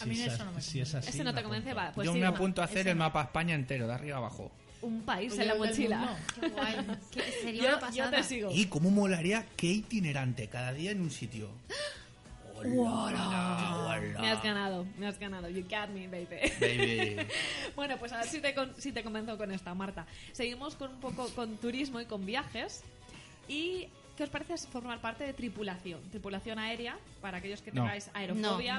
A mí Si eso es- no me si es así, Ese no me te convence, apunto. va. Pues Yo sí, me una- apunto a hacer ese el no. mapa España entero, de arriba a abajo. Un país Oye, en la del mochila. mundo. Qué guay. Que sería Yo, una yo pasada. te sigo. ¿Y cómo molaría qué itinerante cada día en un sitio? Me has ganado, me has ganado. You got me, baby. Baby. bueno, pues a ver si te, con- si te convenzo con esta, Marta. Seguimos con un poco con turismo y con viajes. ¿Y qué os parece es formar parte de tripulación? Tripulación aérea, para aquellos que No. tengáis aerofobia,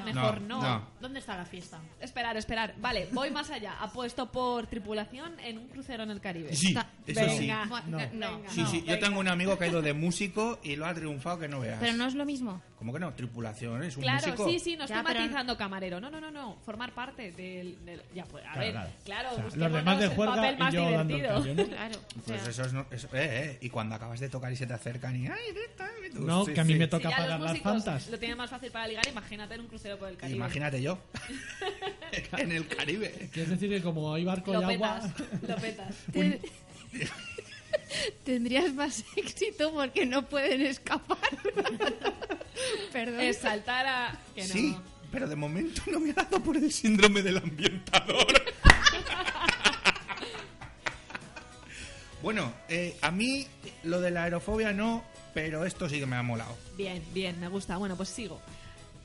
No, no. mejor No, no. no. ¿Dónde está la fiesta? Esperar, esperar. Vale, voy más allá. Apuesto por tripulación en un crucero en el Caribe. Sí, Ta- eso venga. sí. No. Sí, sí. Yo tengo un amigo que ha ido de músico y lo ha triunfado que no veas. Pero no es lo mismo. ¿Cómo que no? Tripulación, es un Claro, músico. sí, sí, no Ya, estoy pero- matizando camarero. No, no, no, no. Formar parte del. del- ya, pues, a Claro, ver, claro. claro. O sea, los busquémonos demás de el juerga papel y más yo dando el divertido. callo, ¿no? Claro. Pues eso es... no- eso- eh, eh, Y cuando acabas de tocar y se te acercan y... ¡Ay, está, tú! No, Sí, que a mí sí. me toca Ya pagar los las músicos fantas. lo tienen más fácil para ligar, imagínate en un crucero por el Caribe. Imagínate yo. en el Caribe. Quieres decir que como hay barco Lo de agua... petas, lo petas. Ten- Tendrías más éxito porque no pueden escapar. Perdón. Es saltar a... que no. Sí, pero de momento no me ha dado por el síndrome del ambientador. bueno, eh, a mí lo de la aerofobia no, pero esto sí que me ha molado. Bien, bien, me gusta. Bueno, pues sigo.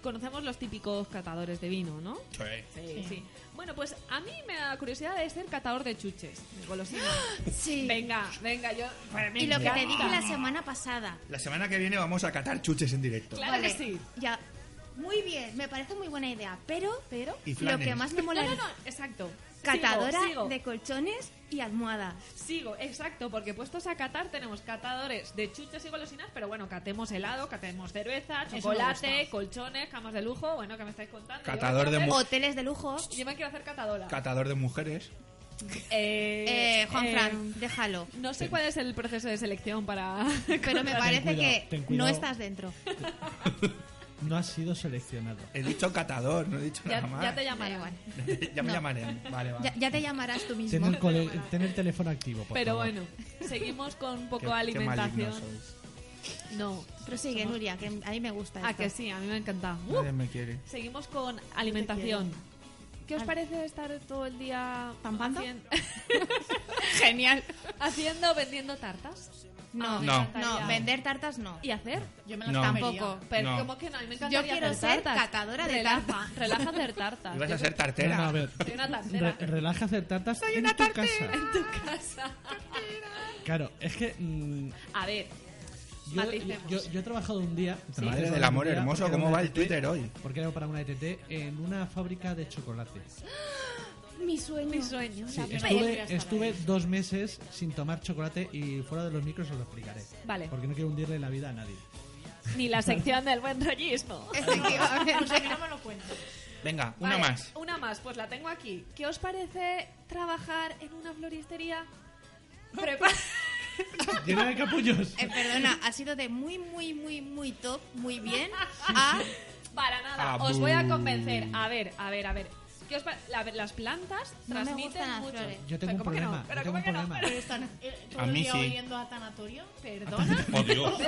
Conocemos los típicos catadores de vino, ¿no? Sí, sí. Bueno, pues a mí me da curiosidad de ser catador de chuches, de golosinas. Sí. Venga, venga, yo... para mí Y lo que te encanta. dije la semana pasada. La semana que viene vamos a catar chuches en directo. Claro que sí. Ya. Muy bien, me parece muy buena idea, pero, pero Y lo flanes. que más me mola No, no, no, exacto. catadora Sigo, sigo. de colchones y almohada. Sigo, exacto, porque puestos a catar tenemos catadores de chuches y golosinas, pero bueno, catemos helado, catemos cerveza, me chocolate, gusta. colchones, camas de lujo, bueno, que me estáis contando. Catador Yo me de quiero mu- hacer- Hoteles de lujo. Eh. Yo me quiero hacer catadora. Catador de mujeres. Eh, Eh, Juan eh, Fran, déjalo. No sé cuál es el proceso de selección para... Pero me parece cuidado, ten que no cuidado. estás dentro. No has sido seleccionado. He dicho catador, no he dicho ya, nada más. ya te llamaré. Da igual. Ya me No. llamarán. Vale, vale. Ya, ya te llamarás tú Ten mismo. el, cole- ten el teléfono activo, por Pero favor. bueno, seguimos con un Qué- poco qué alimentación. malignos sois. no, Prosigue, Nuria, que a mí me gusta. ah, esto. que sí, a mí me encanta. Uh, Nadie me quiere. Seguimos con alimentación. ¿Qué os parece estar todo el día ¿Pampando? hacien- Genial. haciendo, vendiendo tartas? No, Ah, me No. no, encantaría. vender tartas no. ¿Y hacer? Yo me las No. comería. Tampoco. Pero No. como que no, a mí me encantaría quiero hacer ser tartas. catadora de Relaja- tartas. Relaja hacer tartas. Ibas a Yo ser No, no, tartera. a ver. Soy una tartera. Re- relaja hacer tartas en tu casa. creo- En tu casa. Claro, es que... mm, A ver, yo, Maticemos. yo- yo he trabajado un día... trabajé Madre del un amor día hermoso, porque era ¿cómo una va el ETT, Twitter hoy? Porque era para una ETT en una fábrica de chocolates. Mi sueño. mi sueño. Sí, la estuve, estuve dos meses sin tomar chocolate y fuera de los micros os lo explicaré. Vale. Porque no quiero hundirle la vida a nadie. Ni la sección del buen rollismo. Pues a mí Efectivamente. no me lo cuento. Venga, una Vale, más. Una más, pues la tengo aquí. ¿Qué os parece trabajar en una floristería? Prepa- Llena de capullos. Eh, perdona, ha sido de muy, muy, muy, muy top, muy bien, a Para nada, Ah, os voy a bu. convencer. A ver, a ver, a ver. ¿Qué os pa- la- las plantas No me transmiten gustan las mucho. flores. Yo tengo Pero un ¿cómo que no? problema, Pero yo tengo ¿cómo un que no? problema. Pero- Están eh, todo A el mí día sí. oliendo a tanatorio. ¿Perdona? Oh, Dios.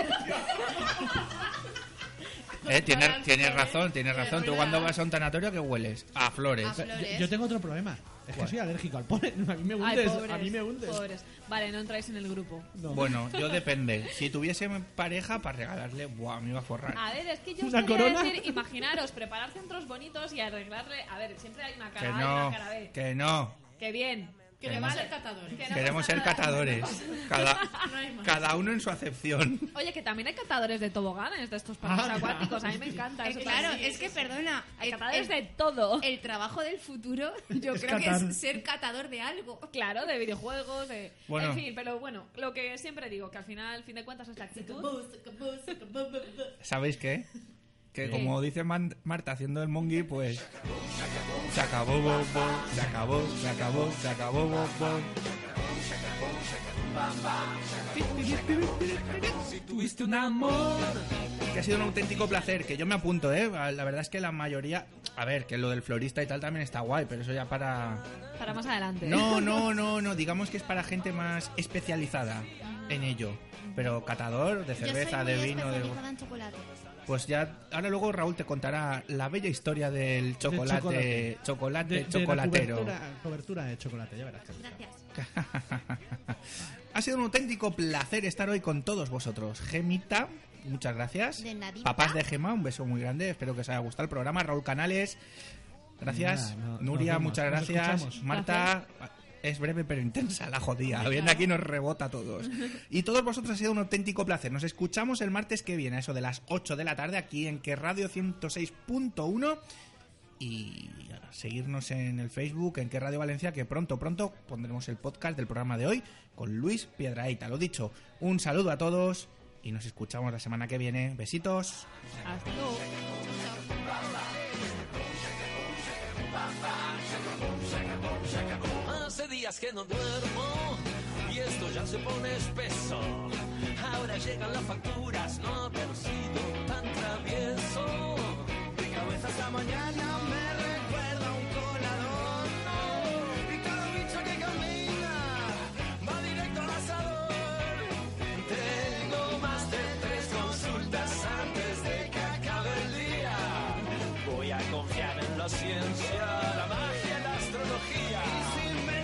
Eh, tienes, Para tienes las razón, flores, tienes que razón. Tú huela- cuando vas a un tanatorio, ¿qué hueles? A flores. A flores. Yo, yo tengo otro problema. Es que soy alérgico al polen. A mí me Ay, hundes. pobres, a mí me hundes. pobres. Vale, no entráis en el grupo. No. Bueno, yo depende. Si tuviese pareja para regalarle, buah, me iba a forrar. A ver, es que yo os ¿Una quería corona? decir, imaginaros, preparar centros bonitos y arreglarle. A ver, siempre hay una que cara A y una cara no, B. que no. Que bien. Que Que le no va sé. el catador. Que pues no Queremos pasa ser nada. catadores. Cada, No hay más. cada uno en su acepción. Oye, que también hay catadores de toboganes de estos parques Ah, acuáticos. A mí me encanta. Eh, eso claro, también. es que perdona, Hay el, catadores de el- todo. el trabajo del futuro yo Es creo que catar. es ser catador de algo. Claro, de videojuegos, de... Bueno. En fin, pero bueno, lo que siempre digo, que al final, al fin de cuentas, es la actitud. ¿Sabéis qué? Que ¿Qué? como dice Man- Marta haciendo el mongi, pues. Se acabó, bo, bo, se acabó, se acabó, se acabó, bo, bo. Tuviste un amor. Que ha sido un auténtico placer, que yo me apunto, ¿eh? La verdad es que la mayoría. A ver, que lo del florista y tal también está guay, pero eso ya para. Para más adelante. No, no, no, no. Digamos que es para gente más especializada en ello. Pero catador de yo soy cerveza, muy de vino, de. especializada en chocolate. Pues ya, ahora luego Raúl te contará la bella historia del chocolate, chocolate. chocolate, De- de la chocolatero. cobertura, cobertura de chocolate, ya verás. Gracias. Ha sido un auténtico placer estar hoy con todos vosotros. Gemita, muchas gracias. De nadita. Papás de Gema, un beso muy grande. Espero que os haya gustado el programa. Raúl Canales, gracias. Nada, no- nos Nuria, vemos. muchas Nos gracias. escuchamos. Marta, es breve pero intensa la jodida. Viene aquí y nos rebota a todos. Y todos vosotros ha sido un auténtico placer. Nos escuchamos el martes que viene, a eso de las 8 de la tarde, aquí en Que Radio 106.1. Y a seguirnos en el Facebook, en Que Radio Valencia, que pronto, pronto pondremos el podcast del programa de hoy con Luis Piedraíta. Lo dicho, un saludo a todos y nos escuchamos la semana que viene. Besitos. Hasta luego. Hace días que no duermo y esto ya se pone espeso. Ahora llegan las facturas, no haber sido tan travieso. Mi cabeza esta mañana me recuerda a un colador. Y cada bicho que camina va directo al asador. Tengo más de tres consultas antes de que acabe el día. Voy a confiar en la ciencia, la magia, la astrología. Y si me